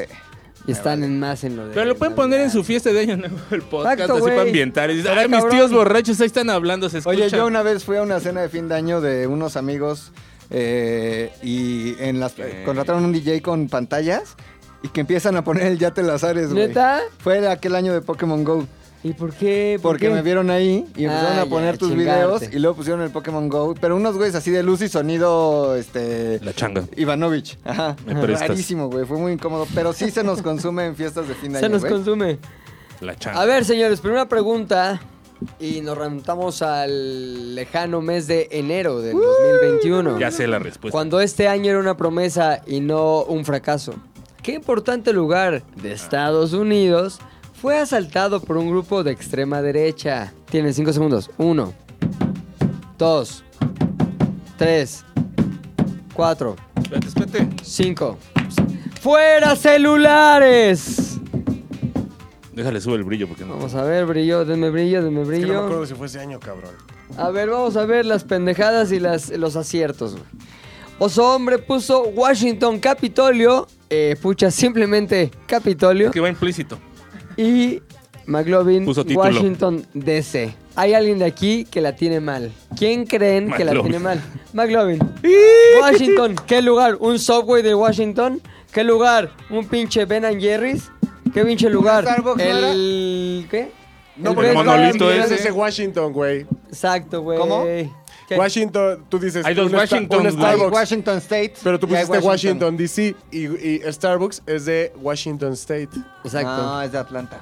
Speaker 1: Y están en más en lo de.
Speaker 4: Pero lo pueden poner en
Speaker 1: Navidad.
Speaker 4: su fiesta de año nuevo el podcast,
Speaker 1: Exacto,
Speaker 4: así
Speaker 1: güey.
Speaker 4: para ambientar. Y dices,
Speaker 1: Está
Speaker 4: "Ay, mis
Speaker 1: cabrón".
Speaker 4: tíos borrachos ahí están hablando, se escucha.
Speaker 2: Oye, yo una vez fui a una cena de fin de año de unos amigos eh, y en las
Speaker 4: ¿Qué?
Speaker 2: contrataron un DJ con pantallas y que empiezan a poner el Ya te las ares, güey.
Speaker 1: ¿Neta?
Speaker 2: Fue de aquel año de Pokémon Go.
Speaker 1: ¿Y por qué? ¿Por
Speaker 2: Porque
Speaker 1: qué?
Speaker 2: me vieron ahí y empezaron
Speaker 1: Ah,
Speaker 2: a poner
Speaker 1: ya,
Speaker 2: tus
Speaker 1: chingarte.
Speaker 2: videos y luego pusieron el Pokémon Go. Pero unos güeyes así de luz y sonido, este.
Speaker 4: La changa.
Speaker 2: Ivanovich. Ajá.
Speaker 4: Me prestas.
Speaker 2: Rarísimo, güey. Fue muy incómodo. Pero sí se nos consume en fiestas de fin de
Speaker 1: Se
Speaker 2: año.
Speaker 1: nos
Speaker 2: güey.
Speaker 1: consume.
Speaker 4: La changa.
Speaker 1: A ver, señores, primera pregunta. Y nos remontamos al lejano mes de enero del 2021.
Speaker 4: Ya sé la
Speaker 3: Pues
Speaker 4: respuesta.
Speaker 1: Cuando este año era una promesa y no un fracaso. ¿Qué importante lugar de Estados Unidos fue asaltado por un grupo de extrema derecha? Tienen cinco segundos. Uno, dos, tres, cuatro,
Speaker 4: Espérate, espérate.
Speaker 1: cinco. ¡Fuera celulares!
Speaker 4: Déjale, sube el brillo porque no.
Speaker 1: Vamos a ver, brillo, denme brillo, denme
Speaker 3: Es que no me
Speaker 1: brillo.
Speaker 3: acuerdo si fue ese año, cabrón.
Speaker 1: A ver, vamos a ver las pendejadas y las, los aciertos, güey. Oso Hombre puso Washington Capitolio. eh, pucha, simplemente Capitolio.
Speaker 4: Es que va implícito.
Speaker 1: Y McLovin
Speaker 4: Puso título.
Speaker 1: Washington DC. Hay alguien de aquí que la tiene mal. ¿Quién creen que la
Speaker 4: McLovin.
Speaker 1: tiene mal? McLovin. Washington, ¿qué lugar? ¿Un subway de Washington? ¿Qué lugar? ¿Un pinche Ben and Jerry's? ¿Qué pinche lugar?
Speaker 2: Starbucks, ¿no era?
Speaker 1: El... ¿Qué?
Speaker 3: No,
Speaker 1: El
Speaker 3: porque
Speaker 1: Best
Speaker 4: el monolito
Speaker 1: Buy.
Speaker 3: es
Speaker 4: ese.
Speaker 3: ese Washington, güey.
Speaker 1: Exacto, güey.
Speaker 2: ¿Cómo?
Speaker 1: ¿Qué?
Speaker 3: Washington, tú dices.
Speaker 4: Hay dos
Speaker 3: un Sta-
Speaker 4: Washingtons,
Speaker 3: un
Speaker 4: güey.
Speaker 2: Hay
Speaker 3: Starbucks.
Speaker 2: Washington State.
Speaker 3: Pero tú
Speaker 2: y hay
Speaker 3: pusiste Washington, DC y, y Starbucks es de Washington State.
Speaker 1: Exacto.
Speaker 2: No, es de Atlanta.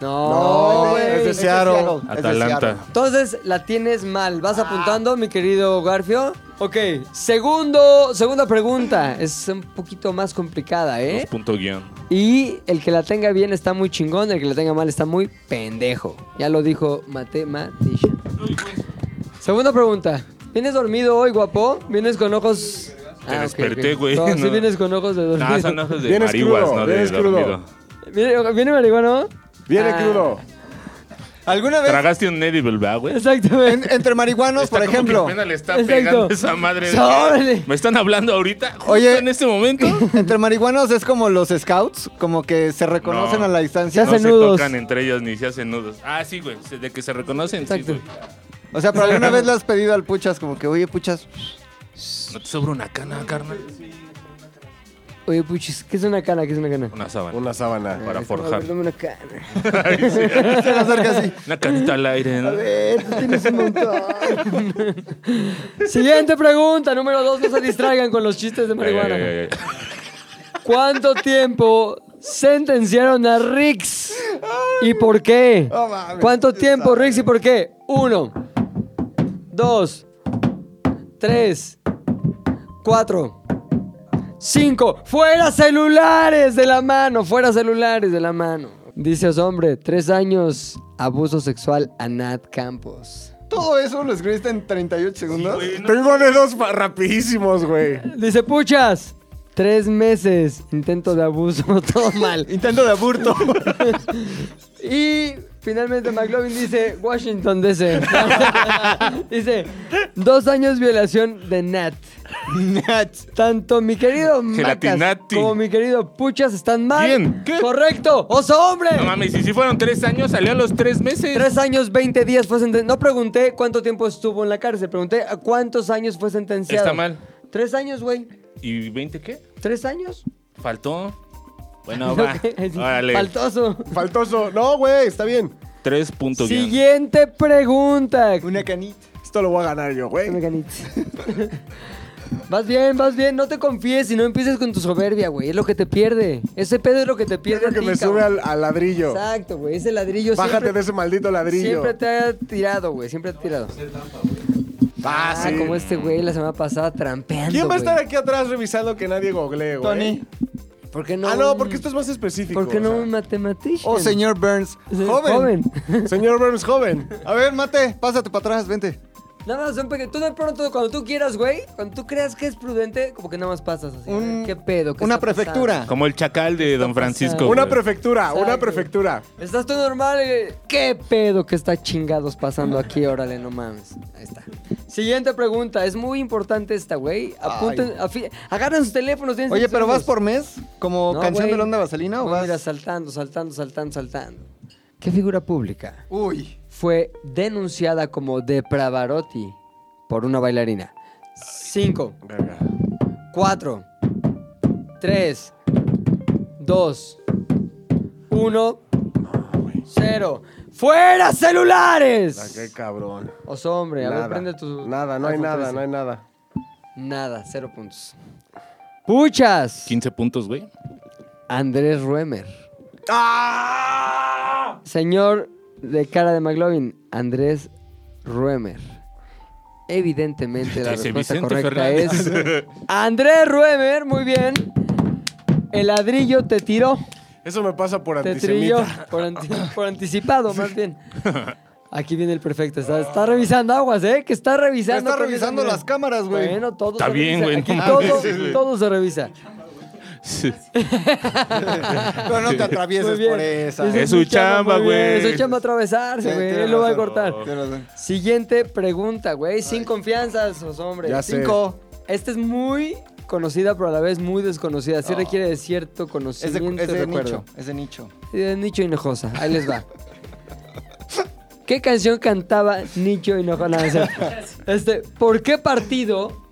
Speaker 1: No,
Speaker 3: No,
Speaker 1: güey.
Speaker 3: es de
Speaker 2: Ah, Es de
Speaker 3: Seattle.
Speaker 2: Seattle. Es de
Speaker 4: Atalanta.
Speaker 1: Entonces la tienes mal. ¿Vas apuntando, mi querido Garfio? Ok, segundo, segunda pregunta. Es un poquito más complicada,
Speaker 4: Dos
Speaker 1: ¿eh?
Speaker 4: punto guión.
Speaker 1: Y el que la tenga bien está muy chingón, el que la tenga mal está muy pendejo. Ya lo dijo matematician. Segunda pregunta. ¿Vienes dormido hoy, guapo? ¿Vienes con ojos...? Ah,
Speaker 4: Te
Speaker 1: ok, ok.
Speaker 4: desperté, güey.
Speaker 1: No, sí
Speaker 4: No.
Speaker 1: vienes con ojos de dormido.
Speaker 4: No, Ah, son ojos de
Speaker 3: Vienes
Speaker 4: marihuas,
Speaker 3: crudo,
Speaker 4: no de
Speaker 3: vienes crudo.
Speaker 4: dormido.
Speaker 1: ¿Viene, ¿Viene marihuano?
Speaker 3: Viene
Speaker 1: Ah.
Speaker 3: crudo.
Speaker 2: ¿Alguna vez?
Speaker 4: Tragaste un edible, ¿verdad, güey?
Speaker 1: Exactamente.
Speaker 2: en- entre marihuanos,
Speaker 4: Está
Speaker 2: por
Speaker 4: como que
Speaker 2: ejemplo.
Speaker 4: apenas le está
Speaker 1: Exacto.
Speaker 4: pegando esa madre.
Speaker 1: Sóbrale.
Speaker 4: Me están hablando ahorita. justo
Speaker 2: Oye.
Speaker 4: en este momento.
Speaker 2: Entre marihuanos es como los scouts, como que se reconocen
Speaker 4: No.
Speaker 2: a la
Speaker 1: Se
Speaker 2: distancia.
Speaker 1: hacen
Speaker 4: no
Speaker 1: nudos.
Speaker 4: se tocan entre ellos ni se hacen nudos. Ah, sí, güey. De que se reconocen. sí,
Speaker 1: Exacto.
Speaker 4: güey.
Speaker 2: O sea, pero alguna vez le has pedido al Puchas como que, oye, Puchas,
Speaker 4: ¿No te sobra una cana, carnal?
Speaker 1: Oye, puchis, ¿qué es una cana? ¿Qué es una cana?
Speaker 4: Una sábana.
Speaker 3: Una sábana.
Speaker 4: Para
Speaker 1: Ay,
Speaker 4: forjar.
Speaker 1: no, Dame una cana.
Speaker 2: Se le acerca así.
Speaker 4: Una canita al aire, ¿no?
Speaker 2: A ver, tú tienes un montón.
Speaker 1: Siguiente pregunta, número dos. No se distraigan con los chistes de
Speaker 4: Ay, ay,
Speaker 1: marihuana.
Speaker 4: ay, ay.
Speaker 1: ¿Cuánto tiempo sentenciaron a Rix? ¿Y por qué?
Speaker 2: No mames.
Speaker 1: ¿Cuánto tiempo, Rix, y por qué? Uno, dos, tres, cuatro, cinco. ¡Fuera celulares de la mano! ¡Fuera celulares de la mano! Dice hombre, tres años, abuso sexual a Nat Campos.
Speaker 2: Todo eso lo escribiste en 38 segundos.
Speaker 3: Tengo dedos fa- rapidísimos, güey.
Speaker 1: Dice Puchas, tres meses, intento de abuso, todo mal.
Speaker 2: Intento de aburto.
Speaker 1: Y finalmente McLovin dice Washington DC. dice dos años violación de Nat. Tanto mi querido Macas
Speaker 4: Gelatinati.
Speaker 1: como mi querido Puchas están mal.
Speaker 4: Bien. ¿Qué?
Speaker 1: Correcto. Oso hombre.
Speaker 4: No mames, y si fueron tres años, salió a los tres meses.
Speaker 1: Tres años, 20 días fue sentenciado. No pregunté cuánto tiempo estuvo en la cárcel, pregunté a cuántos años fue sentenciado.
Speaker 4: Está mal.
Speaker 1: Tres años, güey.
Speaker 4: ¿Y 20 qué?
Speaker 1: ¿Tres años?
Speaker 4: ¿Faltó? Bueno, va. Órale.
Speaker 1: Faltoso.
Speaker 3: Faltoso. No, güey, está bien.
Speaker 4: Tres puntos bien.
Speaker 1: Siguiente pregunta.
Speaker 2: Una canita.
Speaker 3: Esto lo voy a ganar yo,
Speaker 1: Dame
Speaker 3: güey.
Speaker 1: ganitas. Vas bien, vas bien, no te confíes y no empieces con tu soberbia, güey. Es lo que te pierde. Ese pedo es lo que te
Speaker 3: Es
Speaker 1: pierde.
Speaker 3: lo
Speaker 1: a
Speaker 3: que
Speaker 1: ti,
Speaker 3: me
Speaker 1: cabrón.
Speaker 3: sube al, al ladrillo.
Speaker 1: Exacto, güey. Ese ladrillo
Speaker 3: Bájate
Speaker 1: siempre,
Speaker 3: de ese maldito ladrillo.
Speaker 1: siempre te ha tirado, güey. Siempre te ha tirado.
Speaker 3: Ah, sí.
Speaker 1: como este güey la semana pasada trampeando.
Speaker 3: ¿Quién va
Speaker 1: güey.
Speaker 3: a estar aquí atrás revisando que nadie googlee, güey?
Speaker 2: Tony.
Speaker 1: ¿Por qué no?
Speaker 3: ah, no,
Speaker 1: un-
Speaker 3: porque esto es más específico.
Speaker 1: ¿Por qué no
Speaker 3: o sea.
Speaker 1: un matematician?
Speaker 2: Oh, señor Burns.
Speaker 1: Sí,
Speaker 2: Joven.
Speaker 3: Señor Burns joven.
Speaker 2: A ver, mate, pásate para atrás, vente.
Speaker 1: Nada más un pequeño. Tú de pronto, cuando tú quieras, güey, cuando tú creas que es prudente, como que nada más pasas así.
Speaker 2: Un-
Speaker 1: ¿Qué pedo? ¿Qué
Speaker 2: Una
Speaker 1: está pasando?
Speaker 2: prefectura.
Speaker 4: Como el chacal de Don Francisco.
Speaker 1: pasando?
Speaker 4: güey.
Speaker 3: Una prefectura, una
Speaker 1: Exacto.
Speaker 3: prefectura.
Speaker 1: Estás tú normal. eh? ¿Qué pedo que está chingados pasando aquí? Órale, no mames. Ahí está. Siguiente pregunta. Es muy importante esta, güey. Apunten, afi- agarren sus teléfonos. tienen
Speaker 2: Oye,
Speaker 1: seis
Speaker 2: pero vas
Speaker 1: segundos.
Speaker 2: por mes, como
Speaker 1: No,
Speaker 2: canción
Speaker 1: güey.
Speaker 2: de la onda vaselina, o
Speaker 1: No,
Speaker 2: vas.
Speaker 1: Mira, saltando, saltando, saltando, saltando. ¿Qué figura pública
Speaker 2: Uy.
Speaker 1: fue denunciada como depravarotti por una bailarina? Cinco, cuatro, tres, dos, uno, cero. ¡Fuera
Speaker 3: Ah,
Speaker 1: celulares!
Speaker 3: qué cabrón.
Speaker 1: Oso, hombre, a ver,
Speaker 3: Nada,
Speaker 1: prende tu.
Speaker 3: nada, no hay
Speaker 1: iPhone
Speaker 3: nada,
Speaker 1: 13.
Speaker 3: no hay nada.
Speaker 1: Nada, cero puntos. Puchas.
Speaker 4: 15 puntos, güey.
Speaker 1: Andrés Ruemer.
Speaker 2: ¡Ah!
Speaker 1: Señor de cara de McLovin, Andrés Ruemer. Evidentemente la
Speaker 4: Dice
Speaker 1: respuesta
Speaker 4: Este, Vicente
Speaker 1: correcta
Speaker 4: Fernández.
Speaker 1: es Andrés Ruemer, muy bien. El ladrillo te tiró,
Speaker 3: Eso me pasa por
Speaker 1: te trilló
Speaker 3: antisemita.
Speaker 1: por, anti- por anticipado, más bien. Aquí viene el perfecto. Está, está revisando aguas, ¿eh? Que está
Speaker 2: Me
Speaker 1: revisando.
Speaker 2: está
Speaker 1: con
Speaker 2: revisando
Speaker 1: esa-
Speaker 2: las cámaras, güey.
Speaker 1: Bueno, todo
Speaker 4: Está
Speaker 1: se
Speaker 4: bien,
Speaker 1: revisa.
Speaker 4: güey, no
Speaker 1: Aquí
Speaker 4: mames,
Speaker 1: todo,
Speaker 4: güey.
Speaker 1: todo se revisa.
Speaker 4: Sí.
Speaker 2: Pero no te atravieses
Speaker 1: Muy bien.
Speaker 2: por esa.
Speaker 1: Esa
Speaker 4: Es su
Speaker 1: mi
Speaker 4: chamba,
Speaker 1: muy bien.
Speaker 4: güey.
Speaker 1: Es su chamba atravesarse,
Speaker 2: Sí,
Speaker 1: güey.
Speaker 2: tienes
Speaker 1: Él lo va a
Speaker 2: razón.
Speaker 1: cortar.
Speaker 2: Tienes razón.
Speaker 1: Siguiente pregunta, güey. Sin confianzas, los hombres.
Speaker 3: Ya sé.
Speaker 2: Cinco.
Speaker 1: Esta es muy conocida, pero a la vez muy desconocida. Sí requiere de cierto
Speaker 2: Es de,
Speaker 1: conocimiento
Speaker 2: Ah. es
Speaker 1: y
Speaker 2: de
Speaker 1: recuerdo.
Speaker 2: nicho. Es de nicho.
Speaker 1: Y de Eh, Nicho Hinojosa. Ahí les va. ¿Qué canción cantaba Nicho Hinojosa? No, no es cierto. este, ¿Por qué partido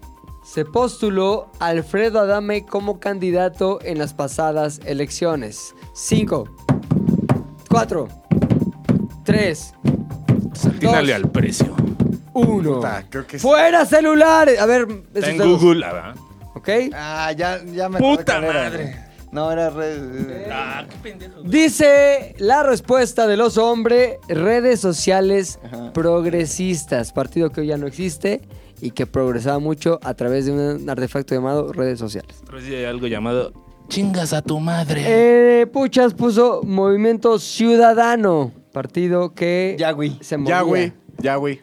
Speaker 1: se postuló Alfredo Adame como candidato en las pasadas elecciones? 5, 4, 3,
Speaker 4: Atínale
Speaker 1: Dos.
Speaker 4: al precio.
Speaker 1: 1.
Speaker 3: Puta, creo que sí.
Speaker 1: ¡Fuera celulares! A ver,
Speaker 4: Está
Speaker 1: esos
Speaker 4: en
Speaker 1: dedos,
Speaker 4: Google, ah, va.
Speaker 1: ¿Ok?
Speaker 2: Ah, ya, ya me.
Speaker 4: Puta
Speaker 2: acordé cuál era,
Speaker 4: madre.
Speaker 2: güey. No, era eh, red.
Speaker 4: Ah, qué pendejo.
Speaker 1: Dice la respuesta del oso hombre, redes sociales progresistas, partido que hoy ya no existe y que progresaba mucho a través de un artefacto llamado redes sociales.
Speaker 4: Otra vez hay algo llamado chingas a tu madre.
Speaker 1: Eh, Puchas puso Movimiento Ciudadano, partido que
Speaker 2: Ya, güey.
Speaker 1: se movía.
Speaker 3: Ya, güey, ya, güey.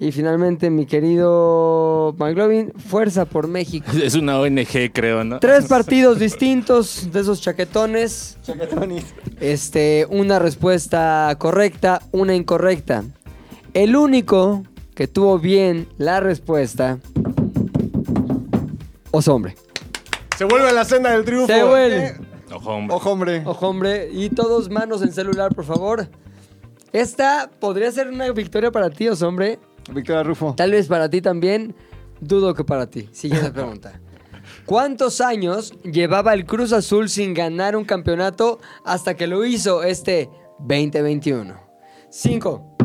Speaker 1: Y finalmente mi querido McLovin, Fuerza por México.
Speaker 4: Es una ONG, creo, ¿no?
Speaker 1: Tres partidos distintos de esos chaquetones.
Speaker 2: Chaquetonis.
Speaker 1: Este, una respuesta correcta, una incorrecta. El único que tuvo bien la respuesta. Oso hombre.
Speaker 3: Se vuelve a la senda del triunfo. Eh,
Speaker 1: Se vuelve.
Speaker 4: Ojo, hombre.
Speaker 2: Ojo, hombre.
Speaker 1: Ojo hombre. Y todos manos en celular, por favor. Esta podría ser una victoria para ti, oso hombre.
Speaker 2: Victoria Rufo.
Speaker 1: Tal vez para ti también. Dudo que para ti. Siguiente pregunta. ¿Cuántos años llevaba el Cruz Azul sin ganar un campeonato hasta que lo hizo este 2021? 5,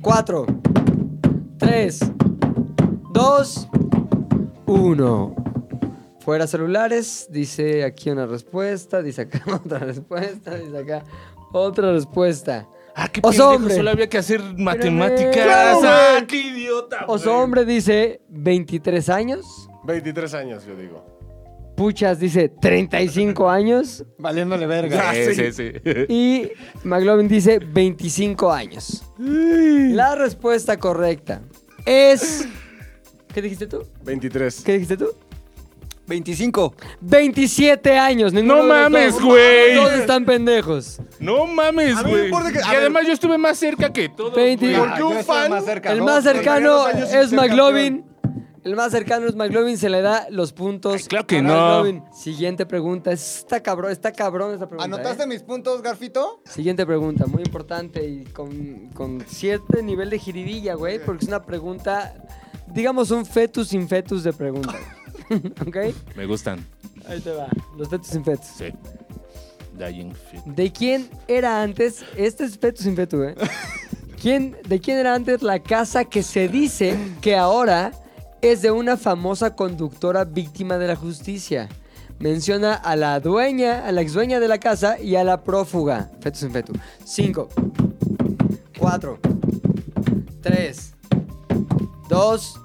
Speaker 1: 4, 3, 2, 1. Fuera celulares, dice aquí una respuesta, dice acá otra respuesta, dice acá otra respuesta.
Speaker 4: Ah, qué
Speaker 1: Oso
Speaker 4: pendejo,
Speaker 1: hombre.
Speaker 4: solo había que hacer matemáticas. ah, qué idiota.
Speaker 1: Oso
Speaker 4: güey.
Speaker 1: Hombre dice 23 años.
Speaker 3: 23 años, yo digo.
Speaker 1: Puchas dice 35 años.
Speaker 2: Valiéndole
Speaker 4: Ah,
Speaker 2: verga.
Speaker 4: Sí, sí, sí.
Speaker 1: Y McLovin dice 25 años. La respuesta correcta es. ¿Qué dijiste tú?
Speaker 3: 23.
Speaker 1: ¿Qué dijiste tú?
Speaker 2: 25.
Speaker 1: 27 años. ninguno
Speaker 4: No
Speaker 1: de los dos.
Speaker 4: mames, güey.
Speaker 1: Los dos están pendejos.
Speaker 4: No mames,
Speaker 3: A mí me
Speaker 4: güey.
Speaker 3: importa que- a
Speaker 4: Y
Speaker 3: ver.
Speaker 4: además yo estuve más cerca que todo.
Speaker 1: Veinti-
Speaker 4: güey.
Speaker 1: Ah,
Speaker 3: Porque un fan.
Speaker 1: El más cercano es McLovin. El más cercano es McLovin, se le da los puntos.
Speaker 4: Ay, claro que
Speaker 1: a
Speaker 4: no.
Speaker 1: McLovin. Siguiente pregunta. Está cabrón, está cabrón esta pregunta.
Speaker 2: ¿Anotaste
Speaker 1: ¿eh?
Speaker 2: mis puntos, Garfito?
Speaker 1: Siguiente pregunta, muy importante y con, con cierto nivel de jiribilla, güey, porque es una pregunta, digamos, un fetus sin fetus de pregunta. ¿Ok?
Speaker 3: Ah.
Speaker 4: Me gustan.
Speaker 1: Ahí te va. Los fetus sin fetus.
Speaker 4: Sí. Dying Fit.
Speaker 1: ¿De quién era antes? Este es fetus sin fetus, ¿eh? ¿Quién, ¿De quién era antes la casa que se dice que ahora es de una famosa conductora víctima de la justicia? Menciona a la dueña, a la ex dueña de la casa y a la prófuga. Fetus en fetu. 5, 4, 3, 2,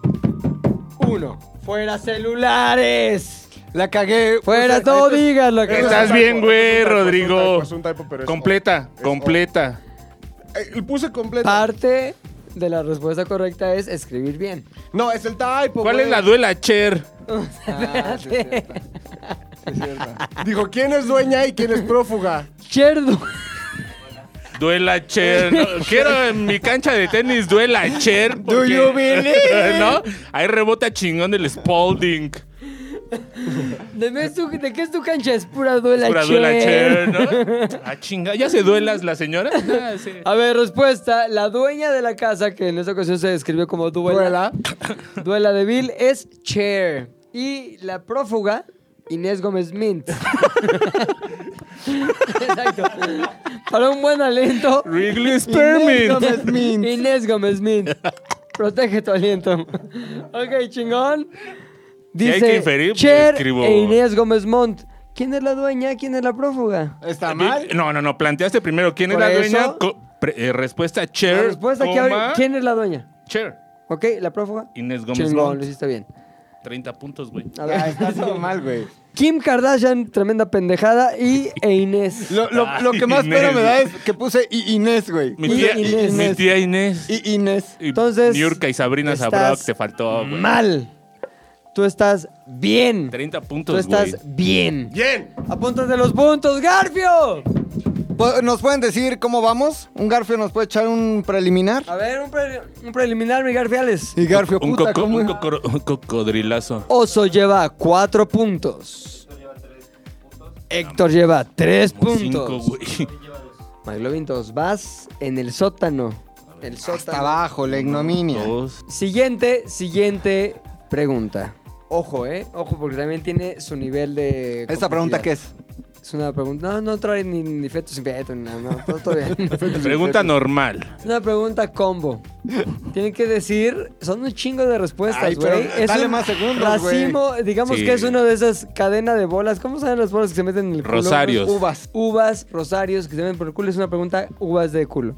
Speaker 1: 1. ¡Fuera celulares!
Speaker 2: La cagué.
Speaker 1: ¡Fuera!
Speaker 2: Puse-
Speaker 1: ¡No
Speaker 2: ahí te-
Speaker 1: digas lo que
Speaker 4: Estás
Speaker 3: Es un
Speaker 4: bien,
Speaker 3: typo,
Speaker 4: güey,
Speaker 3: es un typo,
Speaker 4: Rodrigo.
Speaker 3: es un typo, es un typo, pero es
Speaker 4: Completa,
Speaker 3: o- es
Speaker 4: completa.
Speaker 3: o. Eh, y puse completa.
Speaker 1: Parte de la respuesta correcta es escribir bien.
Speaker 3: No, es el typo.
Speaker 4: ¿Cuál
Speaker 3: güey.
Speaker 4: es la duela, Cher?
Speaker 2: Ah, sí, es cierto. Es cierto.
Speaker 3: Dijo, ¿quién es dueña y quién es prófuga?
Speaker 1: Cherdu.
Speaker 4: Duela, Cher. no, quiero en mi cancha de tenis duela, Cher. porque-
Speaker 2: you believe?
Speaker 4: ¿No? Ahí rebota chingón el Spalding.
Speaker 1: ¿De, qué es tu- de qué es tu cancha? Es pura duela,
Speaker 4: Pura
Speaker 1: Cher.
Speaker 4: duela, Cher, ¿no? Ah, chinga. ¿Ya se duelas la señora? Ah, sí.
Speaker 1: A ver, respuesta. La dueña de la casa, que en esta ocasión se describió como duela,
Speaker 2: Duela.
Speaker 1: duela, de Bill, es Cher. Y la prófuga, Inés Gómez Mint. Exacto. Para un buen alento,
Speaker 4: Wrigley
Speaker 2: Inés
Speaker 4: Spearmint.
Speaker 2: Gómez Mint.
Speaker 1: Inés Gómez Mint. Protege tu aliento. ok, chingón.
Speaker 4: hay
Speaker 1: Dice
Speaker 4: que inferir, pues,
Speaker 1: Cher
Speaker 4: escribo.
Speaker 1: e Inés Gómez Mont. ¿Quién es la dueña? ¿Quién es la prófuga?
Speaker 2: ¿Está mal?
Speaker 4: No, no, no. Planteaste primero quién es
Speaker 1: Por
Speaker 4: la
Speaker 1: eso-
Speaker 4: dueña. Co- pre- eh, respuesta Cher.
Speaker 1: La respuesta que
Speaker 4: coma,
Speaker 1: abre, ¿quién es la dueña?
Speaker 4: Cher.
Speaker 1: ¿Ok? ¿La prófuga?
Speaker 4: Inés Gómez.
Speaker 1: Chingón,
Speaker 4: Mont.
Speaker 1: lo hiciste bien.
Speaker 4: 30 puntos, güey.
Speaker 1: A
Speaker 2: Ah,
Speaker 1: ver.
Speaker 2: está todo mal, güey.
Speaker 1: Kim Kardashian, tremenda pendejada, y e Inés.
Speaker 2: Lo, lo- lo que más
Speaker 4: Inés.
Speaker 2: pena me da es que puse I- Inés, güey.
Speaker 4: Mi
Speaker 1: Y
Speaker 4: tía
Speaker 1: Inés.
Speaker 4: Inés. Mi tía Inés.
Speaker 2: I- Inés.
Speaker 4: Y
Speaker 1: Entonces,
Speaker 4: Niurka y Sabrina
Speaker 1: estás
Speaker 4: Sabrok te faltó, güey.
Speaker 1: Mal. Tú estás bien.
Speaker 4: 30 puntos,
Speaker 1: Tú estás
Speaker 4: güey.
Speaker 1: bien.
Speaker 3: ¡Bien!
Speaker 1: Apúntate los puntos, Garfio.
Speaker 2: Po- ¿Nos pueden decir cómo vamos? ¿Un Garfio nos puede echar un preliminar?
Speaker 1: A ver, un, pre- un preliminar, mi Garfiales.
Speaker 2: Y Garfio,
Speaker 4: Un,
Speaker 2: puta,
Speaker 4: coco-
Speaker 2: ¿cómo?
Speaker 4: un cocoro- un cocodrilazo.
Speaker 1: Oso lleva cuatro puntos. Héctor lleva tres
Speaker 4: Como
Speaker 1: puntos.
Speaker 4: cinco, güey.
Speaker 1: McLovin, dos. Vas en el sótano. El
Speaker 2: Hasta
Speaker 1: sótano.
Speaker 2: abajo, la ignominia.
Speaker 4: Dos.
Speaker 1: Siguiente, siguiente pregunta. Ojo, ¿eh? Ojo, porque también tiene su nivel de...
Speaker 2: ¿Esta pregunta qué es?
Speaker 1: Es una pregunta... No, no trae ni, ni fetos sin feto, ni nada. No, todo, todo bien.
Speaker 4: Pregunta normal.
Speaker 1: es una pregunta combo. Tienen que decir... Son un chingo de respuestas,
Speaker 2: Ay, pero
Speaker 1: güey. Es
Speaker 2: dale
Speaker 1: un
Speaker 2: más segundos,
Speaker 1: Racimo, digamos
Speaker 4: Sí.
Speaker 1: que es uno de esas cadena de bolas. ¿Cómo saben las bolas que se meten en el culo?
Speaker 4: Rosarios.
Speaker 1: Uvas. Uvas, rosarios, que se meten por el culo. Es una pregunta uvas de culo.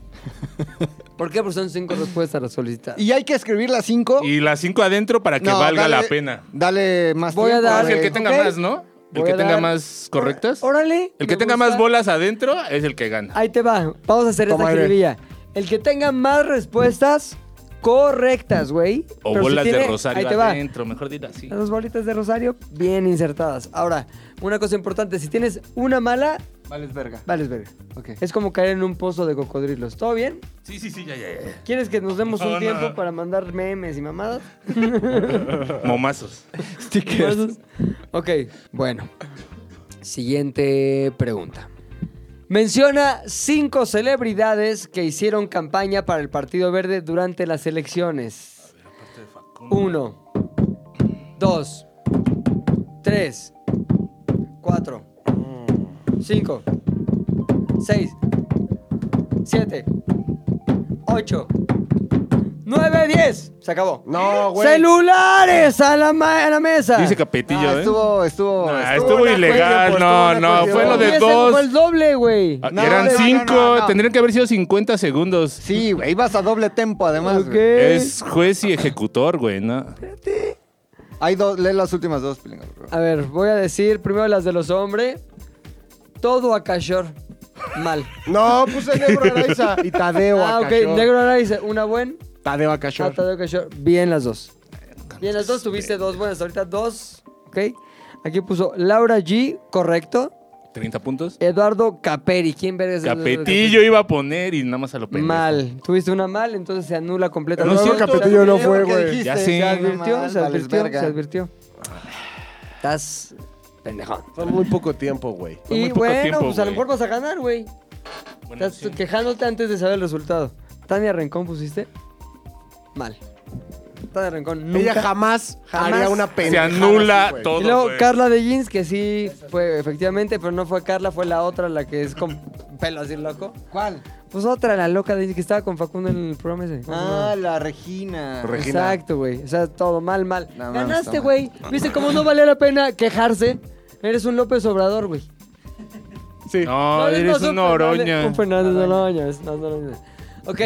Speaker 1: ¿Por qué? Porque son cinco respuestas las solicitadas.
Speaker 2: ¿Y hay que escribir las cinco?
Speaker 4: Y las cinco adentro para que
Speaker 2: No,
Speaker 4: valga
Speaker 2: dale-
Speaker 4: la pena.
Speaker 2: Dale más
Speaker 1: Voy a
Speaker 2: tiempo,
Speaker 1: dar-
Speaker 4: Es el
Speaker 2: güey.
Speaker 4: que tenga
Speaker 1: Ok.
Speaker 4: más, ¿no? El
Speaker 1: Voy
Speaker 4: que
Speaker 1: a
Speaker 4: tenga
Speaker 1: dar-
Speaker 4: más correctas.
Speaker 1: Órale.
Speaker 4: El que
Speaker 1: me
Speaker 4: tenga más
Speaker 1: gusta.
Speaker 4: bolas adentro es el que gana.
Speaker 1: Ahí te va. Vamos a hacer
Speaker 2: Toma
Speaker 1: esta
Speaker 2: aire.
Speaker 1: jiribilla. El que tenga más respuestas correctas, güey.
Speaker 4: O
Speaker 1: Pero si
Speaker 4: bolas de
Speaker 1: tiene-
Speaker 4: rosario
Speaker 1: Ahí te va.
Speaker 4: adentro, mejor dilo así.
Speaker 1: Las bolitas de rosario bien insertadas. Ahora, una cosa importante. Si tienes una mala,
Speaker 2: Vales verga.
Speaker 1: vales verga. Es como caer en un pozo de cocodrilos. ¿Todo bien?
Speaker 4: Sí, sí, sí, ya, ya, ya.
Speaker 1: ¿Quieres que nos demos
Speaker 4: No,
Speaker 1: un
Speaker 4: no.
Speaker 1: tiempo para mandar memes y mamadas?
Speaker 4: Momazos.
Speaker 1: Entonces, ok, bueno. Siguiente pregunta. Menciona cinco celebridades que hicieron campaña para el Partido Verde durante las elecciones. Uno, 2, 3, 4, 5, 6, 7, 8, 9, 10. Se acabó.
Speaker 3: No, güey.
Speaker 1: ¡Celulares a la, ma- a la mesa!
Speaker 4: Dice Capetillo,
Speaker 2: Ah,
Speaker 4: ¿eh?
Speaker 2: estuvo, estuvo.
Speaker 4: Nah, estuvo ilegal, no, no, fue
Speaker 1: Pero
Speaker 4: lo de
Speaker 1: ese
Speaker 4: dos.
Speaker 1: fue el doble, güey.
Speaker 4: Ah,
Speaker 2: No,
Speaker 4: Eran
Speaker 2: no, no,
Speaker 4: cinco,
Speaker 2: no, no.
Speaker 4: tendrían que haber sido 50 segundos.
Speaker 2: Sí, güey, ibas a doble tempo además.
Speaker 1: Ok.
Speaker 2: güey.
Speaker 4: Es juez y ejecutor, güey, ¿no?
Speaker 2: Hay dos, lee las últimas dos, Pilinga, por favor.
Speaker 1: A ver, voy a decir primero las de los hombres. Todo a cachor. Mal.
Speaker 3: No, puse Negro Araiza y Tadeo
Speaker 1: ah, ok.
Speaker 3: Acachor.
Speaker 1: Negro Araiza, una buena.
Speaker 3: Tadeo Acachor.
Speaker 1: Ah, Tadeo Cachor. Bien las dos. Bien las dos, tuviste dos buenas. Ahorita dos. Ok. Aquí puso Laura G, correcto.
Speaker 4: 30 puntos.
Speaker 1: Eduardo Caperi. ¿Quién verga es el-
Speaker 4: Capetillo iba a poner y nada más a lo pendejo.
Speaker 1: Mal. Tuviste una mal, entonces se anula completamente.
Speaker 4: No, sí,
Speaker 1: Eduardo
Speaker 4: Capetillo
Speaker 1: Caperi.
Speaker 3: no fue,
Speaker 2: ¿Qué
Speaker 3: güey.
Speaker 2: dijiste?
Speaker 4: Ya sé.
Speaker 2: Se
Speaker 1: Se advirtió,
Speaker 2: mal,
Speaker 1: se
Speaker 2: vales
Speaker 1: advirtió,
Speaker 2: verga.
Speaker 1: se advirtió. Estás pendejón.
Speaker 3: Fue muy poco tiempo, güey.
Speaker 4: Fue muy
Speaker 1: Y
Speaker 4: poco
Speaker 1: bueno,
Speaker 4: tiempo,
Speaker 1: pues a lo
Speaker 4: güey.
Speaker 1: mejor vas a ganar, güey.
Speaker 4: Bueno,
Speaker 1: Estás
Speaker 4: sí.
Speaker 1: quejándote antes de saber el resultado. Tania Rincón pusiste mal. Tania Rincón nunca. Ah,
Speaker 3: Ella jamás,
Speaker 1: Jamás.
Speaker 3: haría una
Speaker 4: Se
Speaker 3: pendejada
Speaker 4: anula
Speaker 3: así, güey.
Speaker 4: todo,
Speaker 1: y luego
Speaker 4: güey.
Speaker 1: Carla de Jeans, que sí fue efectivamente, pero no fue Carla, fue la otra, la que es con pelo así loco.
Speaker 2: Ah, ¿Cuál?
Speaker 1: Pues otra, la loca de Jeans, que estaba con Facundo en el programa ese. ¿Cómo se llama?
Speaker 2: Ah, la Regina.
Speaker 3: Re- Regina.
Speaker 1: Exacto, güey. O sea, todo mal, mal.
Speaker 2: No, mames,
Speaker 1: Ganaste,
Speaker 2: está mal.
Speaker 1: güey. ¿Viste cómo no valía la pena quejarse? Eres un López Obrador, güey.
Speaker 3: Sí.
Speaker 4: No,
Speaker 1: No,
Speaker 4: eres
Speaker 1: no,
Speaker 4: una
Speaker 1: son
Speaker 4: oroña.
Speaker 1: Fernández- Un Fernández Noroña, es- no, Noroña. Ok.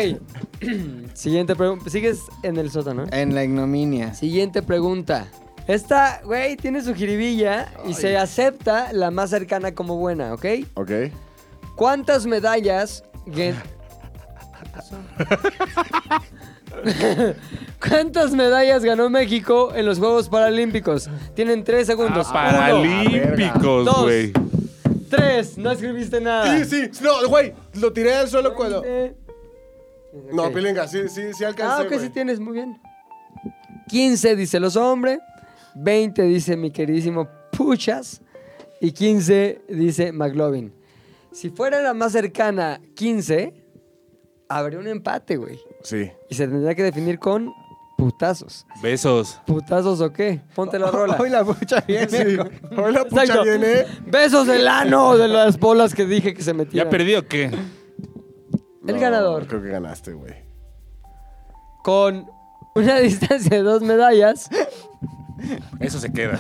Speaker 1: Siguiente pregunta. Sigues en el sótano. ¿eh?
Speaker 2: En la ignominia.
Speaker 1: Siguiente pregunta. Esta, güey, tiene su jiribilla y se acepta la más cercana como buena, ¿ok?
Speaker 3: Ok.
Speaker 1: ¿Cuántas medallas Gen- ¿Cuántas medallas ganó México en los Juegos Paralímpicos? Tienen tres segundos.
Speaker 4: Ah,
Speaker 1: Uno,
Speaker 4: Paralímpicos,
Speaker 1: Dos.
Speaker 4: güey.
Speaker 1: tres. No escribiste nada.
Speaker 3: Sí, sí. No, güey. Lo tiré al suelo cuando.
Speaker 1: Eh,
Speaker 3: No,
Speaker 1: ok.
Speaker 3: Pilinga, sí, sí, sí
Speaker 1: Ah,
Speaker 3: alcancé,
Speaker 1: ok,
Speaker 3: güey.
Speaker 1: sí tienes, muy bien. 15 dice los hombres, 20 dice mi queridísimo Puchas y 15 dice McLovin. Si fuera la más cercana 15, habría un empate, güey.
Speaker 3: Sí.
Speaker 1: Y se tendría que definir con putazos.
Speaker 4: Besos.
Speaker 1: ¿Putazos o qué? Ponte la rola.
Speaker 2: Hoy la bucha viene.
Speaker 3: Sí. Hola, pucha,
Speaker 1: Exacto.
Speaker 2: ¿eh?
Speaker 3: viene.
Speaker 1: Besos del ano de las bolas que dije que se metían.
Speaker 4: ¿Ya perdí o qué?
Speaker 1: El ganador.
Speaker 3: Creo que ganaste, güey.
Speaker 1: Con una distancia de dos medallas.
Speaker 4: Eso se queda.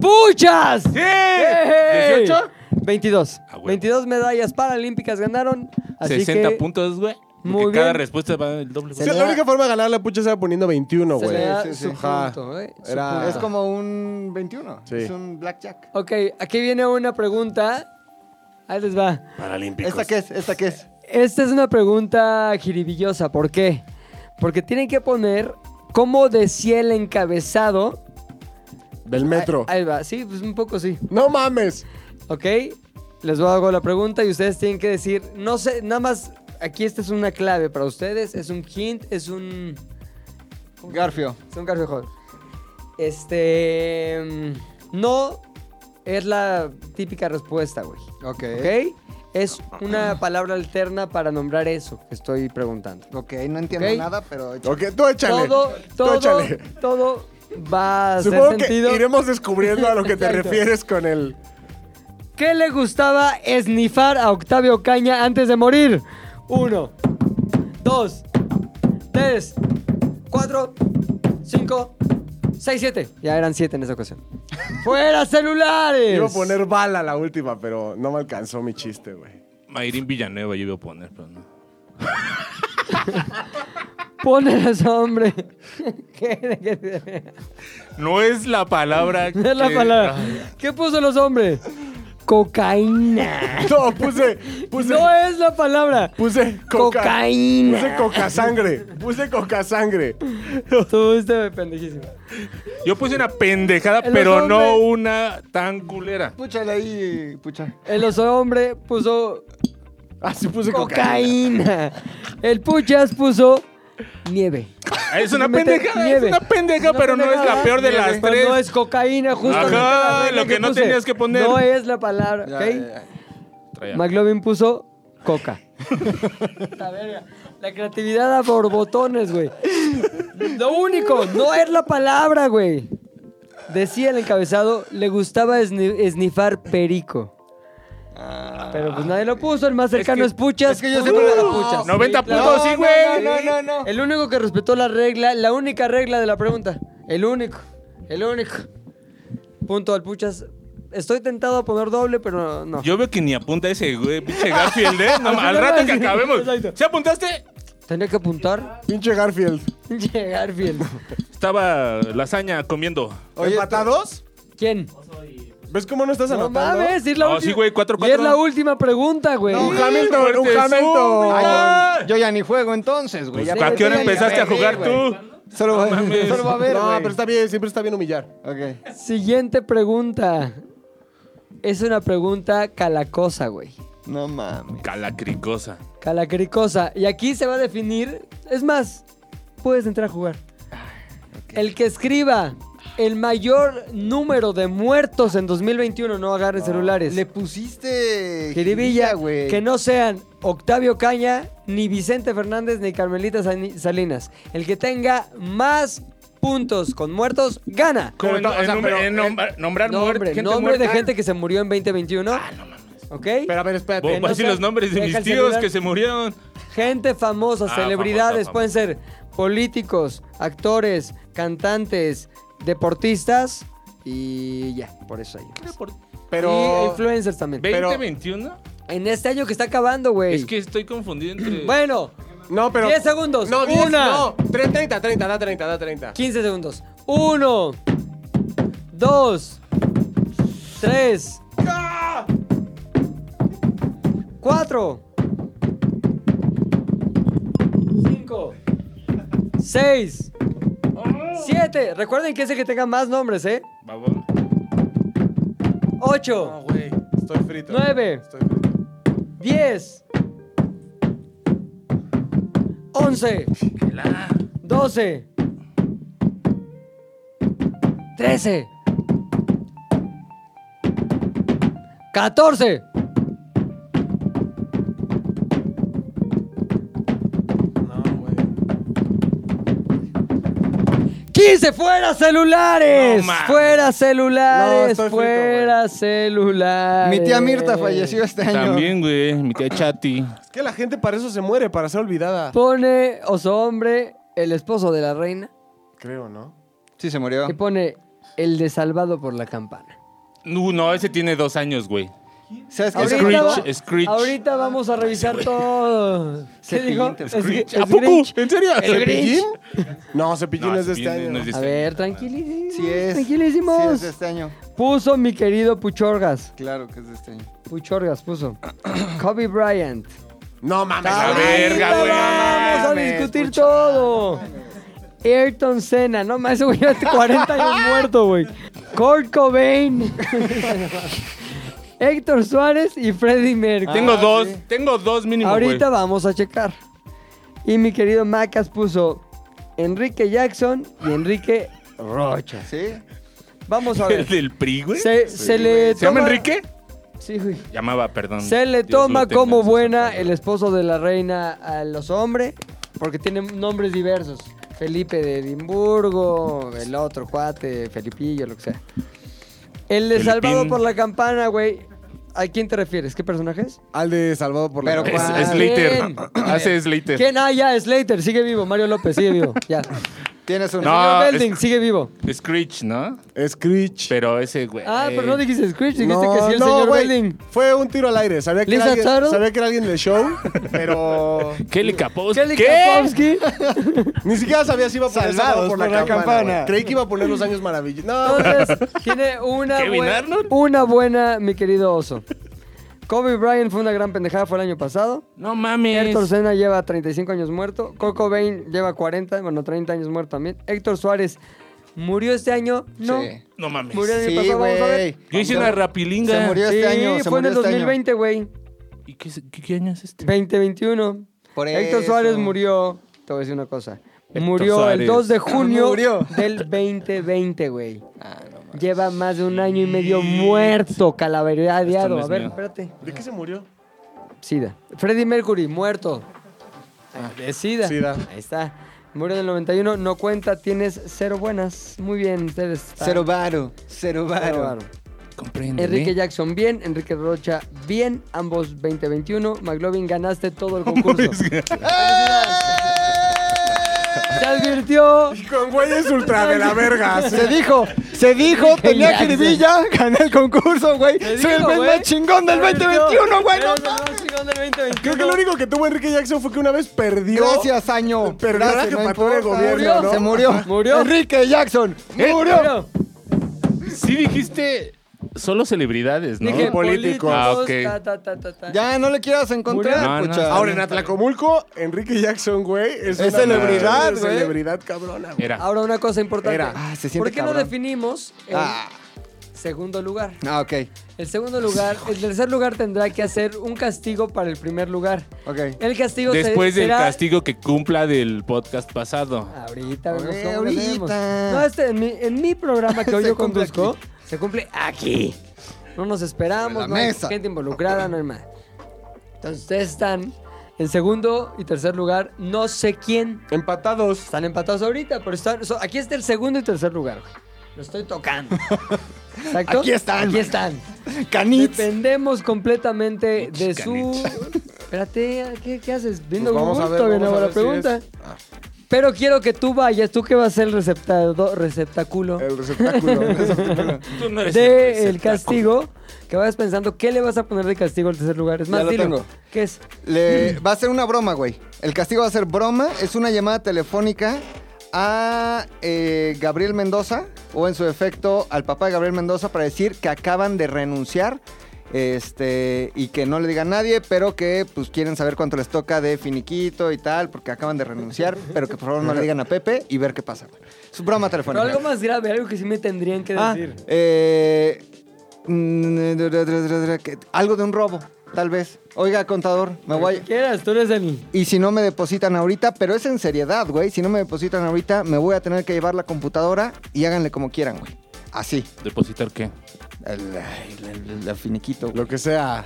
Speaker 1: ¡Puchas! ¡Ey!
Speaker 4: ¿18?
Speaker 1: 22.
Speaker 4: A Ah, huevo.
Speaker 1: 22 medallas paralímpicas ganaron. Así
Speaker 4: 60
Speaker 1: que
Speaker 4: puntos, güey. Porque
Speaker 1: Muy
Speaker 4: cada
Speaker 1: bien.
Speaker 4: respuesta va el doble.
Speaker 1: Se
Speaker 3: Sí,
Speaker 1: le
Speaker 3: la
Speaker 1: da-
Speaker 3: única forma de ganar la pucha era poniendo 21,
Speaker 1: se le
Speaker 3: güey.
Speaker 1: da
Speaker 2: sí, sí.
Speaker 1: su
Speaker 3: Ajá.
Speaker 1: punto, ¿eh? Su
Speaker 3: Era-
Speaker 1: punto.
Speaker 2: Es como un 21.
Speaker 3: Sí.
Speaker 2: Es un blackjack.
Speaker 1: Ok, aquí viene una pregunta. Ahí les va.
Speaker 3: Paralímpicos.
Speaker 2: ¿Esta qué es? ¿Esta qué es?
Speaker 1: Esta es una pregunta jiribillosa. ¿Por qué? Porque tienen que poner cómo decía el encabezado.
Speaker 3: Del metro.
Speaker 1: Ahí va. Sí, pues un poco sí.
Speaker 3: No mames.
Speaker 1: ¿Ok? Les voy a hacer la pregunta y ustedes tienen que decir, no sé, nada más, aquí esta es una clave para ustedes, es un hint, es un...
Speaker 2: Garfio.
Speaker 1: Es un garfio Este... mm, No es la típica respuesta, güey.
Speaker 2: Ok.
Speaker 1: ¿Ok? Es una palabra alterna para nombrar eso que estoy preguntando.
Speaker 2: Ok, no entiendo
Speaker 1: Ok.
Speaker 2: nada, pero...
Speaker 3: Ok, tú échale.
Speaker 1: Todo,
Speaker 3: Tú
Speaker 1: todo,
Speaker 3: échale.
Speaker 1: todo va a hacer
Speaker 3: Supongo que
Speaker 1: sentido.
Speaker 3: iremos descubriendo a lo que te
Speaker 1: Exacto.
Speaker 3: refieres con el.
Speaker 1: ¿Qué le gustaba esnifar a Octavio Caña antes de morir? Uno, dos, tres, cuatro, cinco, seis, siete. Ya eran siete en esa ocasión. ¡Fuera celulares!
Speaker 3: Iba a poner bala la última, pero no me alcanzó mi chiste, güey.
Speaker 4: Mayrín Villanueva yo iba a poner, pero no.
Speaker 1: Pónelas, hombre. ¿Qué, qué-
Speaker 4: No es la palabra.
Speaker 1: no es la
Speaker 4: que-
Speaker 1: palabra.
Speaker 4: Ay,
Speaker 1: ¿Qué puso los hombres? Cocaína.
Speaker 3: No, puse. Puse.
Speaker 1: No es la palabra.
Speaker 3: Puse coca.
Speaker 1: Cocaína.
Speaker 3: Puse coca sangre. Puse coca sangre.
Speaker 1: Tú este pendejísimo.
Speaker 4: Yo puse una pendejada,
Speaker 1: Los
Speaker 4: pero no
Speaker 1: hombres.
Speaker 4: una tan culera.
Speaker 2: Púchale ahí, pucha.
Speaker 1: El oso hombre puso
Speaker 3: Así puse cocaína.
Speaker 1: cocaína. El Puchas puso nieve.
Speaker 4: Ah, Es una
Speaker 1: Mete
Speaker 4: pendejada,
Speaker 1: nieve.
Speaker 4: es una pendeja, pero no es la peor de las
Speaker 1: Cuando
Speaker 4: tres.
Speaker 1: es cocaína, justo.
Speaker 4: Ajá, lo que no tenías que poner.
Speaker 1: No es la palabra, ¿ok?
Speaker 4: Traía-
Speaker 1: McLovin puso coca. la verga. La creatividad a borbotones, güey. Lo único, no es la palabra, güey. Decía el encabezado, le gustaba esni- snifar perico.
Speaker 2: Ah.
Speaker 1: Pero pues nadie lo puso, el más cercano es,
Speaker 4: que-
Speaker 1: Puchas.
Speaker 2: es que yo
Speaker 1: Puchas,
Speaker 2: siempre lo-
Speaker 1: Puchas.
Speaker 4: No, 90
Speaker 1: claro.
Speaker 4: puntos, sí, güey.
Speaker 2: No, no, no, no.
Speaker 1: El único que respetó la regla, la única regla de la pregunta. El único, el único. Punto al Puchas. Estoy tentado a poner doble, pero no.
Speaker 4: Yo veo que ni apunta ese güey, pinche Garfield, ¿eh? No,
Speaker 1: Así
Speaker 4: al
Speaker 1: lo
Speaker 4: rato
Speaker 1: voy a
Speaker 4: que
Speaker 1: decir.
Speaker 4: acabemos.
Speaker 1: Exacto.
Speaker 4: ¿Se apuntaste?
Speaker 1: Tenía que apuntar.
Speaker 3: Pinche Garfield.
Speaker 1: Llegar bien.
Speaker 4: Estaba lasaña comiendo.
Speaker 3: Pues,
Speaker 2: Oye,
Speaker 3: ¿Empatados?
Speaker 1: ¿Quién?
Speaker 3: ¿Ves cómo no estás
Speaker 1: No
Speaker 3: anotando?
Speaker 1: mames, es la
Speaker 4: No,
Speaker 1: ulti-
Speaker 4: sí, güey, cuatro,
Speaker 1: y
Speaker 4: cuatro.
Speaker 1: es la última pregunta, güey.
Speaker 2: No,
Speaker 1: Sí.
Speaker 2: ja-
Speaker 3: Hamilton,
Speaker 4: Fuerte,
Speaker 3: un Hamilton.
Speaker 4: súbita.
Speaker 2: Ay, yo ya ni juego entonces, güey.
Speaker 4: Pues,
Speaker 2: Ya
Speaker 4: ¿A qué hora
Speaker 2: perdí,
Speaker 4: empezaste
Speaker 2: ya
Speaker 4: a jugar
Speaker 2: perdí, güey.
Speaker 4: tú?
Speaker 2: Solo va,
Speaker 4: mames.
Speaker 2: solo va a ver,
Speaker 3: no,
Speaker 2: güey.
Speaker 3: pero está bien, siempre está bien humillar.
Speaker 2: Ok.
Speaker 1: Siguiente pregunta. Es una pregunta calacosa, güey.
Speaker 2: No mames.
Speaker 4: Calacricosa.
Speaker 1: Calacricosa. Y aquí se va a definir. Es más, puedes entrar a jugar.
Speaker 2: Ah,
Speaker 1: El que escriba el mayor número de muertos en 2021, no agarren celulares.
Speaker 2: Le pusiste
Speaker 1: Jiribilla,
Speaker 2: jiribilla, güey.
Speaker 1: que no sean Octavio Caña, ni Vicente Fernández, ni Carmelita Sani- Salinas. El que tenga más puntos con muertos, gana.
Speaker 4: ¿Cómo
Speaker 3: Pero
Speaker 4: en-
Speaker 3: no, o sea,
Speaker 4: en-
Speaker 3: pero-
Speaker 4: en nombra- nombrar muer-
Speaker 1: Nombre,
Speaker 4: gente
Speaker 1: nombre
Speaker 4: muerta?
Speaker 1: de gente que se murió en 2021. Ah, no mames. ¿Ok?
Speaker 3: Pero a ver, espérate.
Speaker 4: Vos vas a
Speaker 1: no
Speaker 4: decir
Speaker 1: sé.
Speaker 4: los nombres de
Speaker 1: Deja
Speaker 4: mis
Speaker 1: el
Speaker 4: tíos
Speaker 1: celular.
Speaker 4: que se murieron.
Speaker 1: Gente famosa,
Speaker 4: Ah,
Speaker 1: celebridades,
Speaker 4: famosa, famosa.
Speaker 1: pueden ser políticos, actores, cantantes, deportistas y ya, por eso hay. unos.
Speaker 3: Pero-
Speaker 1: Y influencers también.
Speaker 3: Pero-
Speaker 4: ¿2021?
Speaker 1: En este año que está acabando, güey.
Speaker 4: Es que estoy confundido entre...
Speaker 1: Bueno,
Speaker 3: No, pero.
Speaker 1: 10 segundos.
Speaker 3: No, 10.
Speaker 1: Una.
Speaker 3: No, 30, 30, 30, da 30, da 30.
Speaker 1: 15 segundos. Uno, dos, tres, cuatro, cinco, seis, siete. Recuerden que es el que tenga más nombres, ¿eh?
Speaker 4: Babón.
Speaker 1: Ocho,
Speaker 3: güey. Estoy frito.
Speaker 1: Nueve.
Speaker 3: Estoy frito.
Speaker 1: diez, once, doce, trece, catorce.
Speaker 3: No, güey.
Speaker 1: 15 fuera celulares.
Speaker 4: No mames.
Speaker 1: fuera
Speaker 3: No,
Speaker 1: celulares.
Speaker 3: estoy frito,
Speaker 1: fuera celulares.
Speaker 2: Mi tía Mirta falleció este año.
Speaker 4: También, güey, mi tía Chati.
Speaker 3: Es que la gente para eso se muere, para ser olvidada.
Speaker 1: Pone oso hombre, el esposo de la reina.
Speaker 3: Creo, ¿no?
Speaker 2: Sí, se murió.
Speaker 1: Y pone el de salvado por la campana.
Speaker 4: No, no, ese tiene dos años, güey.
Speaker 2: ¿Sabes qué?
Speaker 1: Ahorita
Speaker 4: Screech,
Speaker 1: va-
Speaker 4: Screech.
Speaker 1: Ahorita vamos a revisar todo. ¿Qué dijo? Screech.
Speaker 4: ¿A poco?
Speaker 1: Screech.
Speaker 4: ¿En serio?
Speaker 3: ¿Cepillín? No, Cepillín
Speaker 4: No,
Speaker 3: es de este
Speaker 4: Cepillín
Speaker 3: año.
Speaker 4: no es de-
Speaker 1: A ver, tranquilísimos.
Speaker 2: Sí es.
Speaker 1: Tranquilísimos.
Speaker 2: Sí es de este año.
Speaker 1: Puso mi querido Puchorgas.
Speaker 2: Claro que es de este año.
Speaker 1: Puchorgas puso. Kobe Bryant.
Speaker 4: este
Speaker 3: No mames.
Speaker 4: A
Speaker 3: A
Speaker 4: ver.
Speaker 3: ver.
Speaker 4: verga,
Speaker 1: Ahorita
Speaker 4: güey.
Speaker 1: Vamos a
Speaker 2: Mames,
Speaker 1: discutir todo. Ayrton Senna, no más, ese güey ya tiene 40 años muerto, güey. Kurt Cobain. Héctor Suárez y Freddie Mercury.
Speaker 4: Tengo
Speaker 2: Ah,
Speaker 4: dos,
Speaker 2: sí.
Speaker 4: tengo dos mínimo, güey.
Speaker 1: Ahorita vamos a checar. Y mi querido Macas puso Enrique Jackson y Enrique Rocha.
Speaker 2: ¿Sí?
Speaker 1: Vamos a
Speaker 4: ¿El
Speaker 1: ver.
Speaker 4: del PRI, güey? ¿Se
Speaker 1: Se, se le
Speaker 4: llama
Speaker 1: toma-
Speaker 4: Enrique?
Speaker 1: Sí, güey.
Speaker 4: Llamaba, perdón.
Speaker 1: Se le
Speaker 4: Dios
Speaker 1: toma
Speaker 4: lo tenga
Speaker 1: como
Speaker 4: en su
Speaker 1: buena
Speaker 4: santa
Speaker 1: el esposo de la reina a los hombres, porque tiene nombres diversos. Felipe de Edimburgo, el otro cuate, Felipillo, lo que sea. El de
Speaker 4: Felipín.
Speaker 1: Salvado por la Campana, güey. ¿a quién te refieres? ¿Qué personaje es?
Speaker 3: Al de Salvado por la
Speaker 2: Pero pues,
Speaker 3: Campana.
Speaker 2: ¿cuál?
Speaker 4: Es Slater.
Speaker 1: ¿Quién?
Speaker 4: Hace Slater.
Speaker 1: ¿Quién? Ah, ya, Slater, sigue vivo. Mario López, sigue vivo. Ya.
Speaker 2: Tienes un.
Speaker 4: No.
Speaker 1: Señor
Speaker 4: es-
Speaker 1: Belding, sigue vivo.
Speaker 4: Screech, ¿no?
Speaker 3: Screech.
Speaker 4: Pero ese, güey.
Speaker 1: Ah, pero
Speaker 4: Eh,
Speaker 1: no dijiste Screech, dijiste
Speaker 3: No,
Speaker 1: que sí el
Speaker 3: no,
Speaker 1: señor
Speaker 3: güey.
Speaker 1: Belding.
Speaker 3: Fue un tiro al aire. Sabía que, era
Speaker 1: ¿Lisa
Speaker 3: alguien,
Speaker 1: Taro?
Speaker 3: sabía que era alguien del show, pero
Speaker 4: Kelly Kapowski.
Speaker 1: Kelly
Speaker 4: Pues, ¿Qué?
Speaker 1: Kapowski.
Speaker 3: ni siquiera sabía si iba a poner
Speaker 2: Salvados
Speaker 3: Salvado por, la, campana. güey. Creí que iba a poner los años maravillosos. No,
Speaker 1: Entonces, tiene una
Speaker 4: ¿Kevin
Speaker 1: buena,
Speaker 4: Arnold?
Speaker 1: una buena, mi querido oso. Kobe Bryant fue una gran pendejada, fue el año pasado.
Speaker 4: No mames.
Speaker 1: Héctor Senna lleva 35 años muerto. Coco Bain lleva 40, bueno, 30 años muerto también. Héctor Suárez murió este año. No.
Speaker 2: Sí.
Speaker 4: No mames.
Speaker 1: Murió el año
Speaker 2: Sí,
Speaker 1: pasado, vamos a ver.
Speaker 2: güey.
Speaker 4: Yo hice una rapilinga.
Speaker 2: Se murió este
Speaker 1: Sí,
Speaker 2: año. Se
Speaker 1: fue en
Speaker 2: murió
Speaker 1: el
Speaker 2: este año.
Speaker 1: 2020, güey.
Speaker 4: ¿Y qué, es- qué- qué año es este?
Speaker 1: 2021.
Speaker 2: Por
Speaker 1: Héctor
Speaker 2: eso.
Speaker 1: Suárez murió. Te voy a decir una cosa. murió el
Speaker 4: Suárez.
Speaker 1: 2 de junio
Speaker 2: Ah, Murió.
Speaker 1: del 2020, güey. Lleva más de un año y medio muerto,
Speaker 4: Esto
Speaker 1: calavereado.
Speaker 4: no es
Speaker 1: a ver,
Speaker 4: mío.
Speaker 1: espérate.
Speaker 3: ¿de qué se murió?
Speaker 1: Sida. Freddie Mercury, muerto.
Speaker 2: Ah,
Speaker 1: Es SIDA.
Speaker 3: Sida.
Speaker 1: Ahí está. Murió en el 91, no cuenta, tienes cero buenas. Muy bien, ustedes. están-
Speaker 2: Cero varo,
Speaker 1: Cero
Speaker 2: cero varo.
Speaker 1: varo.
Speaker 4: Comprende. ¿eh?
Speaker 1: Enrique Jackson, bien. Enrique Rocha, bien. Ambos 2021. McLovin, ganaste todo el concurso. ¡Eh! Se advirtió.
Speaker 3: Con güeyes ultra de la verga.
Speaker 2: Se dijo, se dijo,
Speaker 1: Qué
Speaker 2: tenía
Speaker 1: gracia.
Speaker 2: jiribilla, gané el concurso, güey.
Speaker 1: Se
Speaker 2: Soy el
Speaker 1: dijo,
Speaker 2: mes
Speaker 1: güey.
Speaker 2: más chingón del
Speaker 1: Se advirtió.
Speaker 2: 2021, güey. no
Speaker 1: Eres el
Speaker 2: mames.
Speaker 1: más chingón del 2021.
Speaker 3: Creo que lo único que tuvo Enrique Jackson fue que una vez perdió.
Speaker 2: Gracias, año.
Speaker 3: Pero nada
Speaker 2: Gracias,
Speaker 3: que
Speaker 2: no
Speaker 3: mató el
Speaker 2: importa.
Speaker 3: gobierno,
Speaker 1: ¿no?
Speaker 2: Se murió.
Speaker 1: Murió.
Speaker 2: Enrique Jackson.
Speaker 3: Eh,
Speaker 2: Murió.
Speaker 1: Murió.
Speaker 4: Sí dijiste solo celebridades, ¿no?
Speaker 1: Dije,
Speaker 3: Un político.
Speaker 1: políticos.
Speaker 4: Ah, ok.
Speaker 1: ta, ta, ta, ta, ta.
Speaker 2: Ya no le quieras
Speaker 1: Murió.
Speaker 2: encontrar,
Speaker 4: No, no.
Speaker 2: pucha.
Speaker 3: Ahora en Atlacomulco, Enrique Jackson, güey, es,
Speaker 2: Es
Speaker 3: una-
Speaker 2: celebridad,
Speaker 3: es
Speaker 2: güey.
Speaker 3: celebridad cabrona, güey.
Speaker 4: Era.
Speaker 1: Ahora una cosa importante.
Speaker 3: Era.
Speaker 2: Ah, se siente
Speaker 1: ¿Por qué no
Speaker 2: cabrón.
Speaker 1: definimos el
Speaker 2: Ah.
Speaker 1: segundo lugar?
Speaker 2: Ah, ok.
Speaker 1: El segundo lugar, el tercer lugar tendrá que hacer un castigo para el primer lugar.
Speaker 2: Ok.
Speaker 1: El castigo se-
Speaker 4: Después del
Speaker 1: será-
Speaker 4: castigo que cumpla del podcast pasado.
Speaker 1: Ahorita vemos
Speaker 2: Eh,
Speaker 1: cómo lo
Speaker 2: ahorita.
Speaker 1: hacemos. No, este, en mi, en mi programa que hoy
Speaker 2: Se
Speaker 1: yo
Speaker 2: cumple
Speaker 1: conduzco, se cumple aquí. No nos esperamos,
Speaker 2: Sobre la
Speaker 1: no hay
Speaker 2: mesa.
Speaker 1: gente involucrada, no hay más. Entonces ustedes están en segundo y tercer lugar, no sé quién.
Speaker 3: Empatados.
Speaker 1: Están empatados ahorita, pero están, so- aquí está el segundo y tercer lugar. güey. Lo estoy tocando. Exacto.
Speaker 2: Aquí están.
Speaker 1: Aquí están.
Speaker 2: Canitz.
Speaker 1: Dependemos completamente de
Speaker 4: Pinches
Speaker 1: su. Espérate, ¿qué, qué haces? Viendo
Speaker 3: Pues
Speaker 1: con
Speaker 3: vamos a ver,
Speaker 1: gusto, bien
Speaker 3: vamos a
Speaker 1: la
Speaker 3: ver si
Speaker 1: pregunta.
Speaker 3: es-
Speaker 1: Pero quiero que tú vayas, tú que vas a ser el receptado- receptáculo
Speaker 3: El receptáculo.
Speaker 4: Tú no
Speaker 1: del
Speaker 4: eres
Speaker 1: castigo, que vayas pensando qué le vas a poner de castigo al tercer lugar. Es
Speaker 2: Ya
Speaker 1: más,
Speaker 2: lo
Speaker 1: dilo.
Speaker 2: tengo.
Speaker 1: ¿Qué es?
Speaker 2: Le- va a ser una broma, güey. El castigo va a ser broma. Es una llamada telefónica a eh, Gabriel Mendoza o en su efecto al papá de Gabriel Mendoza para decir que acaban de renunciar. Este, y que no le diga a nadie, pero que pues quieren saber cuánto les toca de finiquito y tal, porque acaban de renunciar, pero que por favor no le digan a Pepe y ver qué pasa. güey. Es broma
Speaker 1: Pero
Speaker 2: telefónica.
Speaker 1: algo más grave, algo que sí me tendrían que
Speaker 2: Ah,
Speaker 1: decir.
Speaker 2: eh, mm, que- algo de un robo, tal vez. Oiga, contador, me voy.
Speaker 1: Lo que quieras, tú eres el.
Speaker 2: Y si no me depositan ahorita, pero es en seriedad, güey. Si no me depositan ahorita, me voy a tener que llevar la computadora y háganle como quieran, güey. Así.
Speaker 4: ¿Depositar qué?
Speaker 2: El, el- el- el finiquito. güey.
Speaker 3: Lo que sea.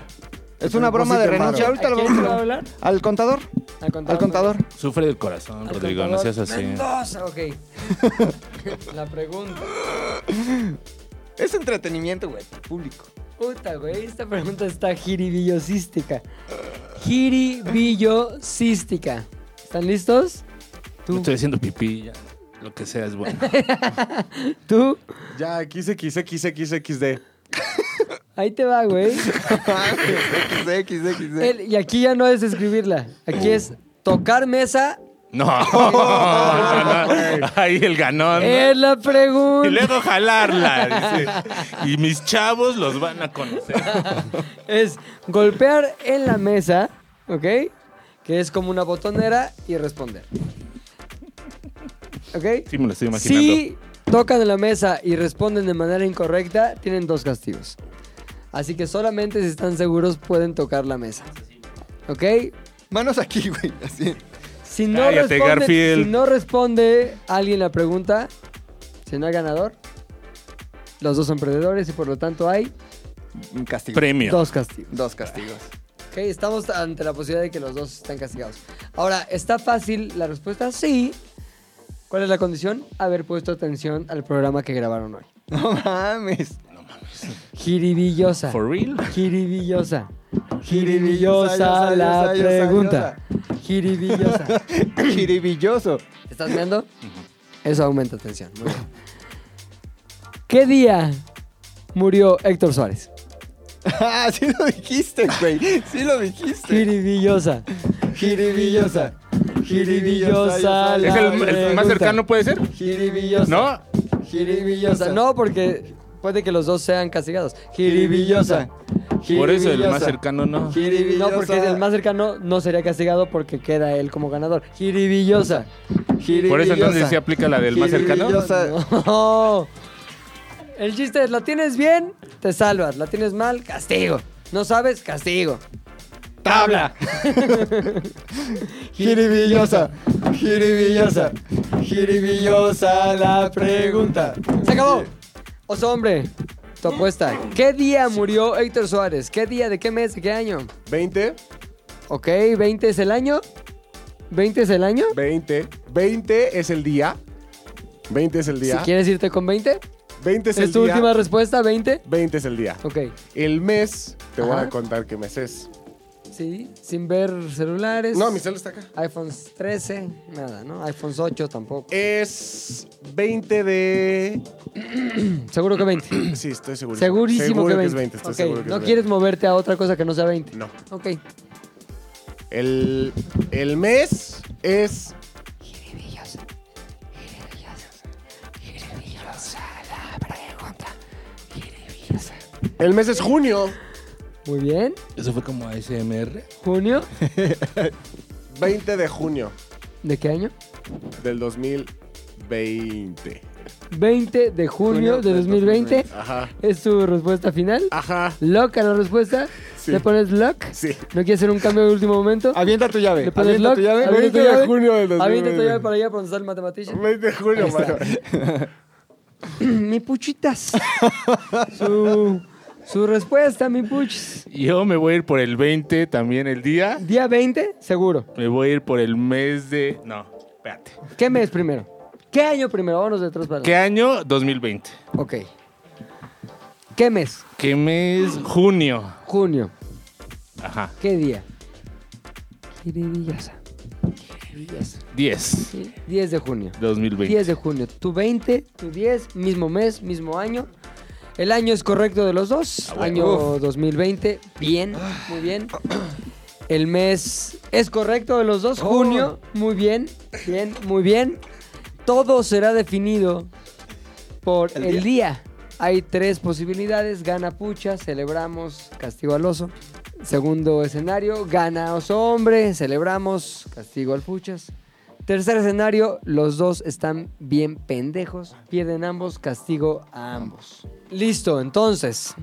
Speaker 2: Es una broma de
Speaker 3: Depositen
Speaker 2: renuncia.
Speaker 3: varo.
Speaker 2: Ahorita
Speaker 1: ¿A
Speaker 2: lo
Speaker 1: quién
Speaker 2: vamos
Speaker 1: le va a
Speaker 2: a
Speaker 1: hablar?
Speaker 2: Al contador.
Speaker 1: Al contador.
Speaker 2: Al contador.
Speaker 4: Sufre del corazón,
Speaker 1: Al
Speaker 4: Rodrigo, no
Speaker 1: contador.
Speaker 4: seas así.
Speaker 1: Mendoza, ok. la pregunta.
Speaker 2: Es entretenimiento, güey. Público.
Speaker 1: Puta, güey, esta pregunta está jiribillosística. Jiribillosística. ¿Están listos?
Speaker 4: Me
Speaker 1: Tú,
Speaker 4: Estoy haciendo pipí, ya. Lo que sea es bueno.
Speaker 1: tú.
Speaker 3: Ya, XXXXXD.
Speaker 1: Ahí te va, güey.
Speaker 2: X, X, X, X.
Speaker 1: El- y aquí ya no es escribirla. Aquí es tocar mesa.
Speaker 4: No. Ahí el ganón.
Speaker 1: Es la
Speaker 4: Ah, Y
Speaker 1: pregunta.
Speaker 4: luego jalarla. dice. Y mis chavos los van a conocer.
Speaker 1: Es golpear en la mesa, ¿ok? Que es como una botonera y responder. ¿Ok?
Speaker 4: Sí, me lo estoy imaginando.
Speaker 1: Si tocan en la mesa y responden de manera incorrecta, tienen dos castigos. Así que solamente si están seguros pueden tocar la mesa. ¿Ok?
Speaker 2: Manos aquí, güey. Así.
Speaker 1: Si no,
Speaker 4: Cállate,
Speaker 1: responde,
Speaker 4: Garfield.
Speaker 1: si no responde alguien la pregunta, si no hay ganador, los dos son perdedores y por lo tanto hay
Speaker 2: Un castigo.
Speaker 4: Premio.
Speaker 1: dos castigos.
Speaker 2: Dos castigos.
Speaker 1: Ok, estamos ante la posibilidad de que los dos están castigados. Ahora, ¿está fácil la respuesta? Sí. ¿Cuál es la condición? Haber puesto atención al programa que grabaron hoy.
Speaker 2: No mames.
Speaker 1: Jiribillosa.
Speaker 4: For real.
Speaker 1: Jiribillosa.
Speaker 2: Jiribillosa,
Speaker 1: Jiribillosa la
Speaker 2: yosa, yosa,
Speaker 1: pregunta. Jiribillosa.
Speaker 2: Jiribilloso.
Speaker 1: ¿Estás viendo? Eso aumenta tensión. Muy bien. ¿Qué día murió Héctor Suárez?
Speaker 2: Ah, sí lo dijiste, güey. Sí lo dijiste.
Speaker 1: Jiribillosa. Jiribillosa. Jiribillosa.
Speaker 4: ¿Es
Speaker 1: la
Speaker 4: el, el más
Speaker 1: pregunta.
Speaker 4: cercano puede ser?
Speaker 1: Jiribillosa.
Speaker 4: ¿No?
Speaker 1: Jiribillosa. No, porque puede que los dos sean castigados. Jiribillosa.
Speaker 4: Por eso el más cercano no.
Speaker 1: No, porque el más cercano no sería castigado porque queda él como ganador. Jiribillosa.
Speaker 4: Por eso entonces se aplica la del más cercano.
Speaker 2: Jiribillosa.
Speaker 1: No. El chiste es, la tienes bien, te salvas. La tienes mal, castigo. No sabes, castigo.
Speaker 2: ¡Tabla! Jiribillosa. Jiribillosa. Jiribillosa la pregunta.
Speaker 1: Se acabó. Oso hombre, tu apuesta. ¿Qué día murió Héctor Suárez? ¿Qué día? ¿De qué mes? ¿De qué año?
Speaker 3: 20.
Speaker 1: Ok, 20 es el año. ¿20 es el año?
Speaker 3: 20. 20 es el día. 20 es el
Speaker 1: Si
Speaker 3: día.
Speaker 1: quieres irte con 20.
Speaker 3: 20 es,
Speaker 1: ¿Es,
Speaker 3: el
Speaker 1: tu
Speaker 3: día.
Speaker 1: última respuesta? ¿20?
Speaker 3: 20 es el día.
Speaker 1: Ok.
Speaker 3: El mes, te voy
Speaker 1: Ajá.
Speaker 3: a contar qué mes es.
Speaker 1: Sí, sin ver celulares.
Speaker 3: No, mi celular está acá.
Speaker 1: iPhones 13, nada, ¿no? iPhones 8 tampoco.
Speaker 3: Es 20 de.
Speaker 1: Seguro que 20.
Speaker 3: Sí, estoy seguro.
Speaker 1: Segurísimo
Speaker 3: seguro
Speaker 1: que 20.
Speaker 3: es 20. Estoy
Speaker 1: Ok,
Speaker 3: seguro que
Speaker 1: no
Speaker 3: es 20.
Speaker 1: quieres moverte a otra cosa que no sea 20.
Speaker 3: No.
Speaker 1: Ok.
Speaker 3: El, el mes es. El mes es junio.
Speaker 1: Muy bien.
Speaker 4: Eso fue como ASMR.
Speaker 1: ¿Junio?
Speaker 3: 20 de junio
Speaker 1: ¿De qué año?
Speaker 3: del 2020.
Speaker 1: 20 de junio,
Speaker 2: Junio
Speaker 1: de
Speaker 2: de
Speaker 1: 2020.
Speaker 3: Ajá.
Speaker 1: ¿Es tu respuesta final?
Speaker 3: Ajá.
Speaker 1: ¿Lock a la respuesta?
Speaker 3: Ah. Sí.
Speaker 1: ¿Le pones lock?
Speaker 3: Sí. Ah,
Speaker 1: ¿No quieres hacer un cambio de último momento?
Speaker 2: Avienta tu llave.
Speaker 1: ¿Le pones
Speaker 2: Avienta
Speaker 1: lock?
Speaker 2: tu llave.
Speaker 1: ¿Avienta tu
Speaker 3: 20 de junio del
Speaker 1: Avienta tu
Speaker 3: 2020.
Speaker 1: llave para allá para donde está el matematician.
Speaker 3: 20 de junio, mano.
Speaker 1: mi puchitas. su, su respuesta, mi puchis.
Speaker 4: Yo me voy a ir por el 20 también el día.
Speaker 1: Día 20, seguro.
Speaker 4: Me voy a ir por el mes de. No, espérate.
Speaker 1: ¿Qué mes primero? ¿Qué año primero? Vámonos de tres para
Speaker 4: ¿Qué año? 2020.
Speaker 1: Ok. ¿Qué mes?
Speaker 4: ¿Qué mes? Junio.
Speaker 1: Junio.
Speaker 4: Ajá.
Speaker 1: ¿Qué día? Quiribillaza. Quiribillaza.
Speaker 4: 10.
Speaker 1: Sí, 10 de junio.
Speaker 4: 2020.
Speaker 1: 10 de junio. Tu 20, tu 10, mismo mes, mismo año. El año es correcto de los dos.
Speaker 4: Ah, bueno.
Speaker 1: Año 2020. Bien, muy bien. El mes es correcto de los dos. Junio, muy bien, bien, muy bien. Todo será definido por el,
Speaker 2: El
Speaker 1: día. Hay tres posibilidades. Gana Pucha, celebramos, castigo al oso. Segundo escenario, gana oso hombre, celebramos, castigo al Puchas. Tercer escenario, los dos están bien pendejos. Pierden ambos, castigo a ambos. Listo, entonces.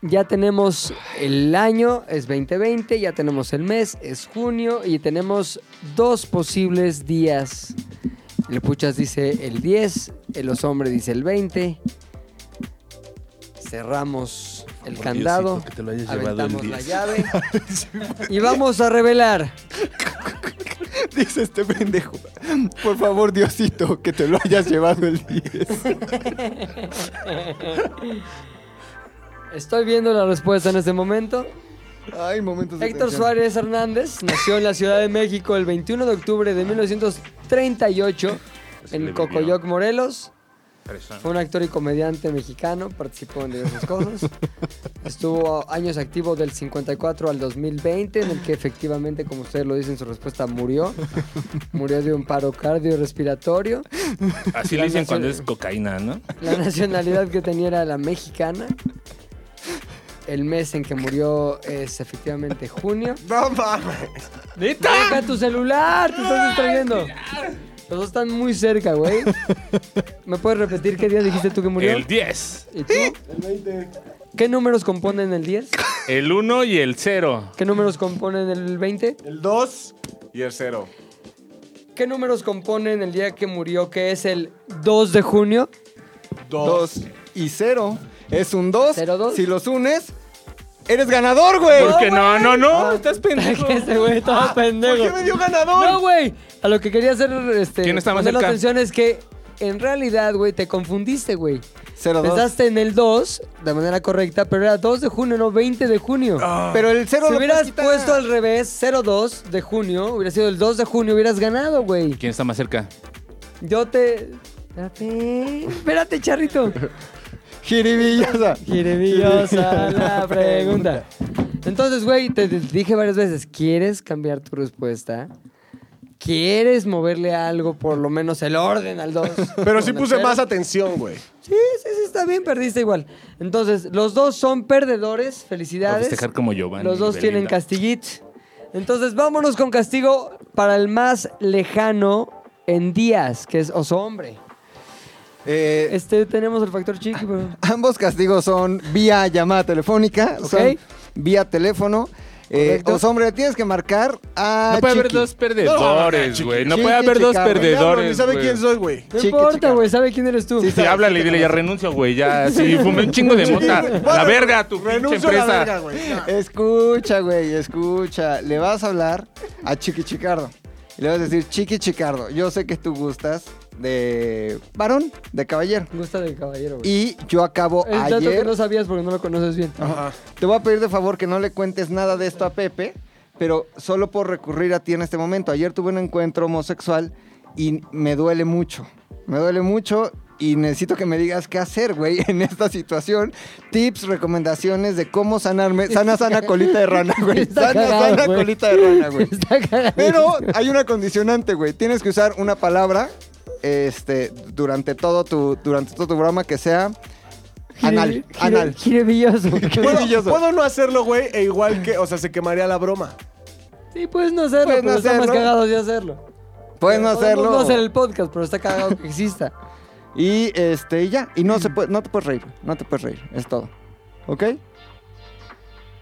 Speaker 1: Ya tenemos el año, es 2020, ya tenemos el mes, es junio y tenemos dos posibles días. El Puchas dice el 10, el Los Hombres dice el 20. Cerramos el
Speaker 4: Por
Speaker 1: candado,
Speaker 4: Diosito, que te lo hayas llevado el
Speaker 1: aventamos la
Speaker 4: 10.
Speaker 1: llave y vamos a revelar
Speaker 2: Dice este pendejo. Por favor, Diosito, que te lo hayas llevado el 10.
Speaker 1: Estoy viendo la respuesta en este momento.
Speaker 2: Ay, momentos de
Speaker 1: Héctor
Speaker 2: tensión.
Speaker 1: Suárez Hernández nació en la Ciudad de México el 21 de octubre de 1938
Speaker 4: Se le
Speaker 1: en
Speaker 4: vivió.
Speaker 1: Cocoyoc, Morelos.
Speaker 4: Persona.
Speaker 1: Fue un actor y comediante mexicano, participó en diversas cosas. Estuvo años activo del 54 al 2020, en el que efectivamente, como ustedes lo dicen en su respuesta, murió. Murió de un paro cardiorrespiratorio.
Speaker 4: Así
Speaker 1: La
Speaker 4: le dicen
Speaker 1: nación-
Speaker 4: cuando es cocaína, ¿no?
Speaker 1: La nacionalidad que tenía era la mexicana. El mes en que murió es efectivamente junio.
Speaker 3: No mames.
Speaker 1: ¡Deja tu celular! ¡Te estás distrayendo! Los dos están muy cerca, güey. ¿Me puedes repetir qué día dijiste tú que murió?
Speaker 4: El 10.
Speaker 1: ¿Y tú? ¿Qué números componen el 10?
Speaker 4: El 1 y el 0.
Speaker 1: ¿Qué números componen el 20?
Speaker 3: El 2 y el 0.
Speaker 1: ¿Qué números componen el día que murió, que es el 2 de junio?
Speaker 3: 2.
Speaker 2: 2 y 0. Es un 2.
Speaker 1: Cero, dos.
Speaker 2: Si los unes, eres ganador, güey.
Speaker 4: Porque no, no, no. Estás pendejo.
Speaker 1: Ese güey todo pendejo.
Speaker 3: Ah, ¿Por qué me dio ganador?
Speaker 1: No, güey. A lo que quería hacer, este.
Speaker 4: ¿Quién está más
Speaker 1: poner
Speaker 4: cerca?
Speaker 1: la atención es que en realidad, güey, te confundiste, güey.
Speaker 2: 0 2.
Speaker 1: Pensaste en el 2 de manera correcta, pero era 2 de junio, no 20 de junio.
Speaker 4: Ah,
Speaker 2: Pero el 0
Speaker 1: si
Speaker 2: lo
Speaker 1: hubieras
Speaker 2: puedes quitar.
Speaker 1: puesto al revés, 02 de junio, hubiera sido el 2 de junio, hubieras ganado, güey.
Speaker 4: ¿Quién está más cerca?
Speaker 1: Yo te. Espérate. Espérate, charrito.
Speaker 2: Jiribillosa.
Speaker 1: Girevillosa la pregunta. Entonces, güey, te te dije varias veces, ¿quieres cambiar tu respuesta? ¿Quieres moverle algo, por lo menos el orden al 2?
Speaker 3: Pero sí puse más atención, güey.
Speaker 1: Sí, sí, sí, está bien, perdiste igual. Entonces, los dos son perdedores,
Speaker 4: Para
Speaker 1: felicidades.
Speaker 4: festejar como Giovanni.
Speaker 1: Los dos
Speaker 4: y
Speaker 1: tienen
Speaker 4: Belinda.
Speaker 1: castiguit. Entonces, vámonos con castigo para el más lejano en días, que es oso hombre.
Speaker 2: Eh,
Speaker 1: Este, tenemos el factor chiqui, pero...
Speaker 2: Ambos castigos son vía llamada telefónica,
Speaker 1: Ok.
Speaker 2: son vía teléfono. Eh,
Speaker 1: Correcto.
Speaker 2: os, hombre, tienes que marcar a
Speaker 4: No puede haber
Speaker 2: Chiqui.
Speaker 4: dos
Speaker 3: No,
Speaker 4: perdedores,
Speaker 3: chiqui.
Speaker 4: güey. No
Speaker 2: Chiqui,
Speaker 4: puede haber dos
Speaker 2: cabrón.
Speaker 3: Cabrón, Ni
Speaker 4: perdedores.
Speaker 3: sabe
Speaker 4: güey.
Speaker 3: quién soy, güey.
Speaker 1: No
Speaker 2: Chiqui,
Speaker 1: importa,
Speaker 2: chica.
Speaker 1: güey, sabe quién eres tú.
Speaker 2: Sí,
Speaker 4: Sí, háblale y dile, ya renuncio, güey. Ya, sí, fumé un chingo de mota. La verga, tu pinche
Speaker 3: Renuncio a la verga,
Speaker 4: empresa.
Speaker 3: güey.
Speaker 2: Escucha, güey, escucha. Le vas a hablar a Chiqui Chicardo. Y le vas a decir, Chiqui Chicardo, yo sé que tú gustas de varón, de caballero.
Speaker 1: Gusta del caballero, güey.
Speaker 2: Y yo acabo
Speaker 1: Es dato que
Speaker 2: ayer.
Speaker 1: no sabías porque no lo conoces bien.
Speaker 2: Te voy a pedir de favor que no le cuentes nada de esto a Pepe, pero solo por recurrir a ti en este momento. Ayer tuve un encuentro homosexual y me duele mucho. Me duele mucho y necesito que me digas qué hacer, güey, en esta situación. Tips, recomendaciones de cómo sanarme. Sana, sana, colita de rana, güey.
Speaker 1: Está
Speaker 2: Sana,
Speaker 1: cagado,
Speaker 2: sana,
Speaker 1: güey.
Speaker 2: colita de rana, güey.
Speaker 1: Está cagado.
Speaker 2: Pero hay una condicionante, güey. Tienes que usar una palabra este, durante, todo tu, durante todo tu programa que sea anal.
Speaker 1: Gire-
Speaker 2: Anal.
Speaker 1: Girevilloso.
Speaker 3: Puedo-
Speaker 2: brilloso.
Speaker 3: puedo no hacerlo, güey, e igual que, o sea, se quemaría la broma.
Speaker 1: Sí, puedes no hacerlo,
Speaker 2: Puedes no
Speaker 1: pero está más
Speaker 2: hacerlo.
Speaker 1: cagado de hacerlo.
Speaker 2: Puedes no hacerlo.
Speaker 1: No hacer el podcast, pero está cagado que exista.
Speaker 2: Y este, y ya. Y no
Speaker 4: Mm.
Speaker 2: se puede, no te puedes reír. No te puedes reír. Es todo. ¿Ok?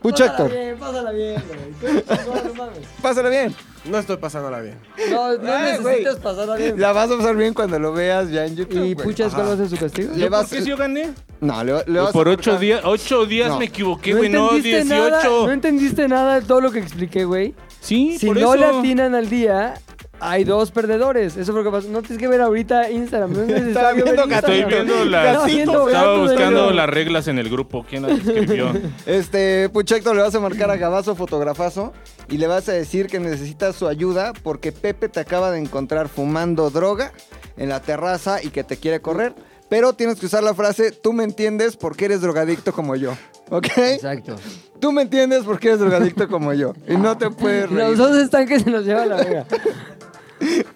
Speaker 2: Pucho
Speaker 1: Pásala
Speaker 2: Héctor.
Speaker 1: bien, pásala bien, güey. No, no mames.
Speaker 2: Pásala bien.
Speaker 3: No estoy pasándola bien.
Speaker 1: No, no
Speaker 2: Ay, Eh, güey.
Speaker 1: necesitas pasarla bien.
Speaker 2: La vas a pasar bien cuando lo veas ya en YouTube.
Speaker 1: ¿Y
Speaker 2: güey.
Speaker 1: Puchas cuál va a ser su castigo?
Speaker 2: Le
Speaker 4: ¿Por
Speaker 2: vas-
Speaker 4: qué si yo gané?
Speaker 2: No, le, le vas a
Speaker 4: Pues Por ocho
Speaker 2: cortar.
Speaker 4: días, ocho días
Speaker 2: No.
Speaker 4: me equivoqué, güey, no, 18.
Speaker 1: Nada, no entendiste nada de todo lo que expliqué, güey.
Speaker 4: Sí,
Speaker 1: Si
Speaker 4: por
Speaker 1: no
Speaker 4: eso.
Speaker 1: le atinan al día, hay dos perdedores. Eso fue lo que pasó. No tienes que ver ahorita Instagram. No es necesario ver
Speaker 2: viendo
Speaker 1: Instagram.
Speaker 2: gatito.
Speaker 4: Estoy viendo las.
Speaker 1: Estaba viendo
Speaker 4: Estaba
Speaker 1: gato
Speaker 4: buscando
Speaker 1: de-
Speaker 4: las reglas en el grupo. ¿Quién las escribió?
Speaker 2: Este, Pucho Héctor le vas a marcar a Gabazo Fotografazo y le vas a decir que necesitas su ayuda porque Pepe te acaba de encontrar fumando droga en la terraza y que te quiere correr. Pero tienes que usar la frase, tú me entiendes porque eres drogadicto como yo. ¿Ok?
Speaker 1: Exacto.
Speaker 2: Tú me entiendes porque eres drogadicto como yo. Y no te puedes reír.
Speaker 1: Los dos están que se nos lleva la verga.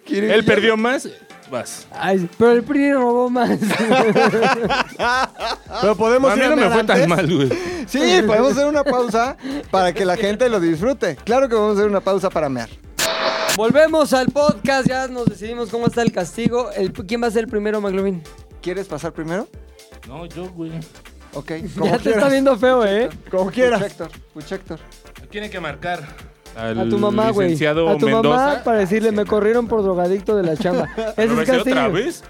Speaker 2: Quiere-
Speaker 4: Él perdió más. Vas.
Speaker 1: Ay, pero el PRI robó más.
Speaker 3: Pero podemos
Speaker 4: A mí
Speaker 3: ir
Speaker 4: no me fue
Speaker 3: antes.
Speaker 4: tan mal, güey.
Speaker 2: Sí, podemos hacer una pausa para que la gente lo disfrute. Claro que vamos a hacer una pausa para mear.
Speaker 1: Volvemos al podcast. Ya nos decidimos cómo está el castigo. El- ¿Quién va a ser el primero, McLovin?
Speaker 2: ¿Quieres pasar primero?
Speaker 4: No, yo, güey.
Speaker 2: Ok.
Speaker 1: Ya te está viendo feo, ¿eh?
Speaker 2: Como quieras. Puchector, Puchector.
Speaker 4: Tiene que marcar. Al
Speaker 1: A tu mamá, güey. A
Speaker 4: licenciado
Speaker 1: tu
Speaker 4: Mendoza.
Speaker 1: mamá para decirle, me corrieron por drogadicto de la chamba.
Speaker 4: ¿Lo
Speaker 1: Ese es
Speaker 4: besé otra
Speaker 1: castigo.
Speaker 4: vez?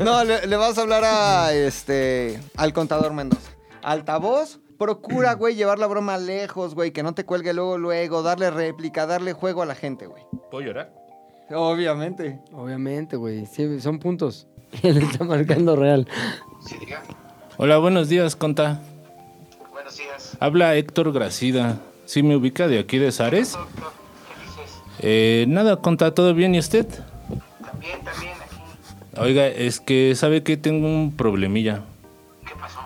Speaker 2: No, le, le vas a hablar a este al contador Mendoza. Altavoz, procura, güey, llevar la broma lejos, güey, que no te cuelgue luego, luego, darle réplica, darle juego a la gente, güey.
Speaker 4: ¿Puedo llorar?
Speaker 2: Obviamente.
Speaker 1: Obviamente, güey. Sí, son puntos. Él está marcando real.
Speaker 5: Sí, diga.
Speaker 4: Hola, buenos días, conta.
Speaker 5: Buenos días.
Speaker 4: Habla Héctor Gracida. ¿Sí me ubica de aquí de Zares?
Speaker 5: Doctor, ¿qué dices?
Speaker 4: Eh, nada, conta, ¿todo bien y usted?
Speaker 5: También, también aquí.
Speaker 4: Oiga, es que sabe que tengo un problemilla.
Speaker 5: ¿Qué pasó?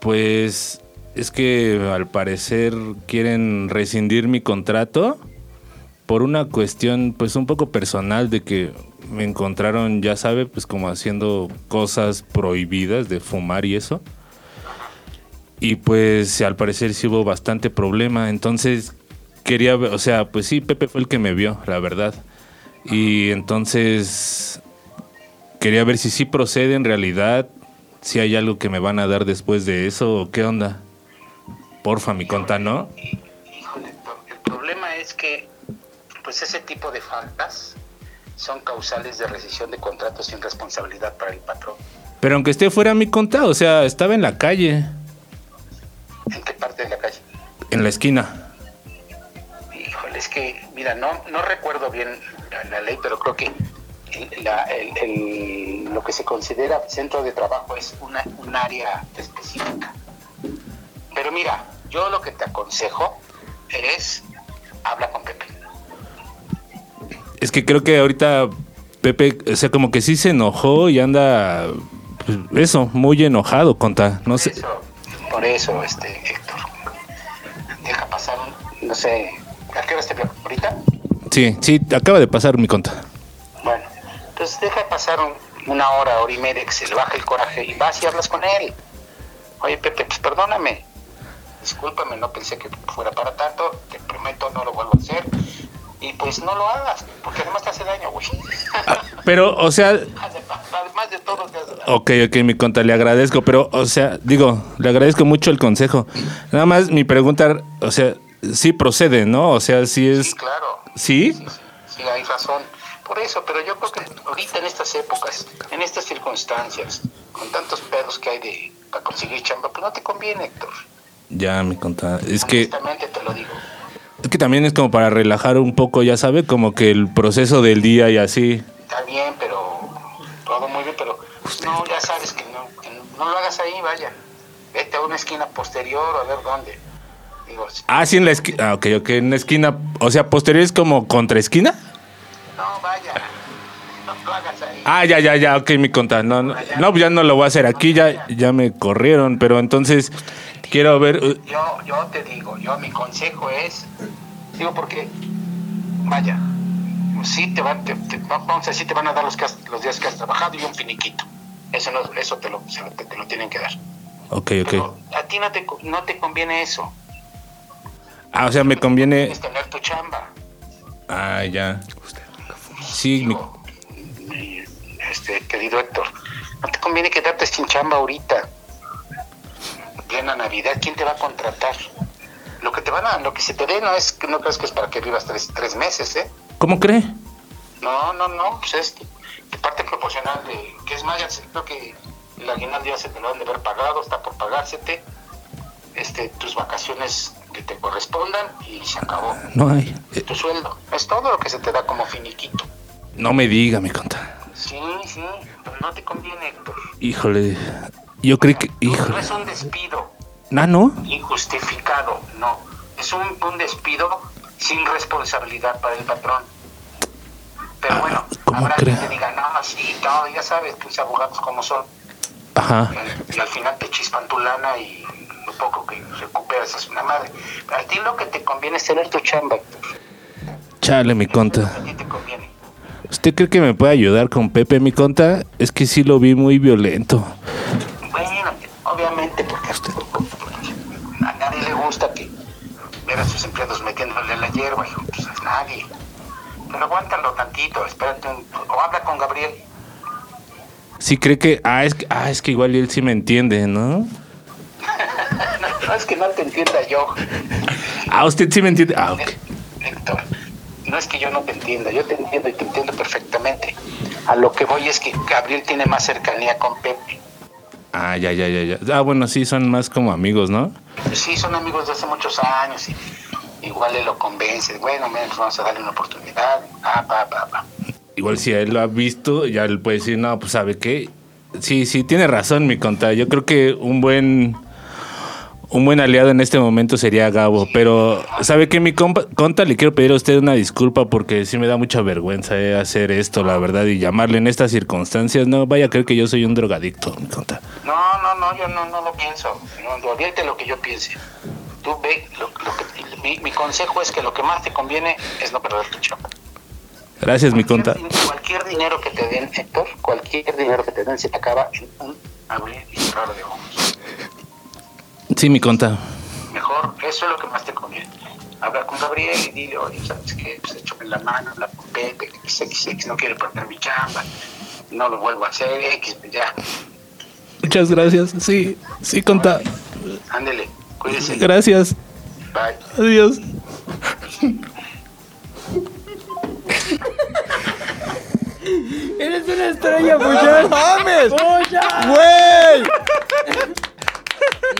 Speaker 4: Pues es que al parecer quieren rescindir mi contrato por una cuestión pues un poco personal de que me encontraron, ya sabe, pues como haciendo cosas prohibidas de fumar y eso. Y pues al parecer sí hubo bastante problema, entonces quería, ver- o sea, pues sí, Pepe fue el que me vio, la verdad. Y entonces Quería ver si sí procede en realidad, si hay algo que me van a dar después de eso o qué onda. Porfa, mi conta, ¿no?
Speaker 5: Hí- Híjole, Héctor, el problema es que pues ese tipo de faltas son causales de rescisión de contratos sin responsabilidad para el patrón.
Speaker 4: Pero aunque esté fuera mi conta, o sea, estaba en la calle,
Speaker 5: ¿En qué parte de la calle?
Speaker 4: en la esquina.
Speaker 5: Híjole, es que, mira, no, no recuerdo bien la, la ley, pero creo que el- la- el- el- lo que se considera centro de trabajo es una, un área específica. Pero mira, yo lo que te aconsejo es, habla con Pepe.
Speaker 4: Es que creo que ahorita Pepe, o sea, como que sí se enojó y anda, pues, eso, muy enojado, conta. No sé.
Speaker 5: Eso, por eso, este, Héctor, deja pasar un, no sé, ¿a qué hora te veo? ¿Ahorita?
Speaker 4: Sí, sí, acaba de pasar mi conta.
Speaker 5: Bueno, entonces deja pasar un- una hora, hora y media, que se le baje el coraje y vas y hablas con él. Oye, Pepe, pues perdóname. Discúlpame, no pensé que fuera para tanto. Te prometo, no lo vuelvo a hacer. Y pues no lo hagas, porque además te hace daño, güey.
Speaker 4: Pero, o sea,
Speaker 5: además de todo, te hace daño.
Speaker 4: Ok, ok, mi conta, le agradezco, pero, o sea, digo, le agradezco mucho el consejo. Nada más mi pregunta, o sea, sí procede, ¿no? O sea, sí es...
Speaker 5: Sí, claro.
Speaker 4: ¿Sí?
Speaker 5: sí, sí, hay razón. Por eso, pero yo creo que ahorita en estas épocas, en estas circunstancias, con tantos pedos que hay de, para conseguir chamba, pues no te conviene, Héctor.
Speaker 4: Ya, mi conta, es que...
Speaker 5: Honestamente te lo digo.
Speaker 4: Es que también es como para relajar un poco, ya sabe, como que el proceso del día y así.
Speaker 5: Está bien, pero todo muy bien, pero pues, no, ya sabes que no, que no, no lo hagas ahí, vaya. Vete a una esquina posterior o a ver dónde. Digo,
Speaker 4: Ah, sí, en la esquina. Ah, ok, ok, en la esquina. O sea, posterior es como contra esquina.
Speaker 5: no, vaya. No lo hagas ahí.
Speaker 4: Ah, ya, ya, ya, ok, mi conta. No, no, no, pues ya no lo voy a hacer aquí, ya, ya me corrieron, pero entonces quiero ver. uh,
Speaker 5: Yo, yo te digo, yo mi consejo es, digo porque, vaya, sí te van, te- te- vamos a decir, te van a dar los, que has- los días que has trabajado y un finiquito. Eso no, eso te lo, se lo- te- te lo tienen que dar.
Speaker 4: Ok,
Speaker 5: Pero
Speaker 4: ok.
Speaker 5: a ti no te, co- no te conviene eso.
Speaker 4: Ah, o sea, me conviene.
Speaker 5: Tienes que tener tu chamba.
Speaker 4: Ah, ya. Sí, mi-
Speaker 5: Digo, y, este, querido Héctor, no te conviene quedarte sin chamba ahorita. En Plena Navidad, ¿quién te va a contratar? Lo que te van a, lo que se te dé no es, no crees que es para que vivas tres, tres meses, ¿eh?
Speaker 4: ¿Cómo cree?
Speaker 5: No, no, no, pues es de parte proporcional de, que es más, ya se- creo que el aguinaldo ya se te lo han de haber pagado, está por pagársete, este, tus vacaciones que te correspondan y se acabó
Speaker 4: No hay. Eh,
Speaker 5: tu sueldo. Es todo lo que se te da como finiquito.
Speaker 4: No me diga, mi conta.
Speaker 5: Sí, sí, pero no te conviene, Héctor.
Speaker 4: Híjole. Yo creí que.
Speaker 5: No,
Speaker 4: Híjole.
Speaker 5: No es un despido
Speaker 4: Ah, no.
Speaker 5: injustificado, no. Es un, un despido sin responsabilidad para el patrón. Pero bueno,
Speaker 4: Ah, ¿cómo
Speaker 5: habrá
Speaker 4: cree?
Speaker 5: quien te diga, no, sí, no, ya sabes, tus abogados como son.
Speaker 4: Ajá.
Speaker 5: Y al final te chispan tu lana y lo poco que recuperas es una madre. Pero a ti lo que te conviene es tener tu chamba, Héctor.
Speaker 4: Chale, mi conta.
Speaker 5: A ti te conviene.
Speaker 4: ¿Usted cree que me puede ayudar con Pepe, mi conta? Es que sí lo vi muy violento.
Speaker 5: Bueno, obviamente, porque a nadie le gusta que ver a sus empleados metiéndole la hierba, hijo, pues a nadie. Pero aguántalo tantito, espérate un, o habla con Gabriel.
Speaker 4: Sí cree que. Ah, es que, ah, es que igual y él sí me entiende, ¿no?
Speaker 5: No es que no te entienda yo,
Speaker 4: Ah, usted sí me entiende. Ah, ok.
Speaker 5: Hé- Héctor. No es que yo no te entienda, yo te entiendo y te entiendo perfectamente. A lo que voy es que Gabriel tiene más cercanía con Pepe.
Speaker 4: Ah, ya, ya, ya, ya. Ah, bueno, sí, son más como amigos, ¿no?
Speaker 5: Sí, son amigos de hace muchos años y igual le lo convence. Bueno, menos vamos a darle una oportunidad. Ah, va, va, va.
Speaker 4: Igual si a él lo ha visto, ya él puede decir, no, pues sabe qué. Sí, sí, tiene razón mi conta. Yo creo que un buen un buen aliado en este momento sería Gabo. Pero, ¿sabe qué, mi compa- conta? Le quiero pedir a usted una disculpa porque sí me da mucha vergüenza eh, hacer esto, la verdad, y llamarle en estas circunstancias. No vaya a creer que yo soy un drogadicto, mi conta.
Speaker 5: No, no, no, yo no, no lo pienso. No, no, olvídate lo que yo piense. Tú ve, lo, lo que, mi, mi consejo es que lo que más te conviene es no perder tu chamba.
Speaker 4: Gracias, mi conta.
Speaker 5: Cualquier, cualquier dinero que te den, Héctor, cualquier dinero que te den se te acaba en un abrir y cerrar de ojos.
Speaker 4: Sí, mi conta.
Speaker 5: Mejor, eso es lo que más te conviene. Habla con Gabriel y dile, oye, ¿sabes qué? Pues échame la mano, la pompete, XX, no quiero perder mi chamba, no lo vuelvo a hacer, X, pues, ya,
Speaker 4: Muchas gracias. Sí, sí, conta.
Speaker 5: ándele, cuídese,
Speaker 4: Gracias.
Speaker 5: bye.
Speaker 4: Adiós.
Speaker 1: Eres una estrella, Puchas.
Speaker 2: ¡Mames!
Speaker 1: ¡Puchas!
Speaker 2: ¡Güey!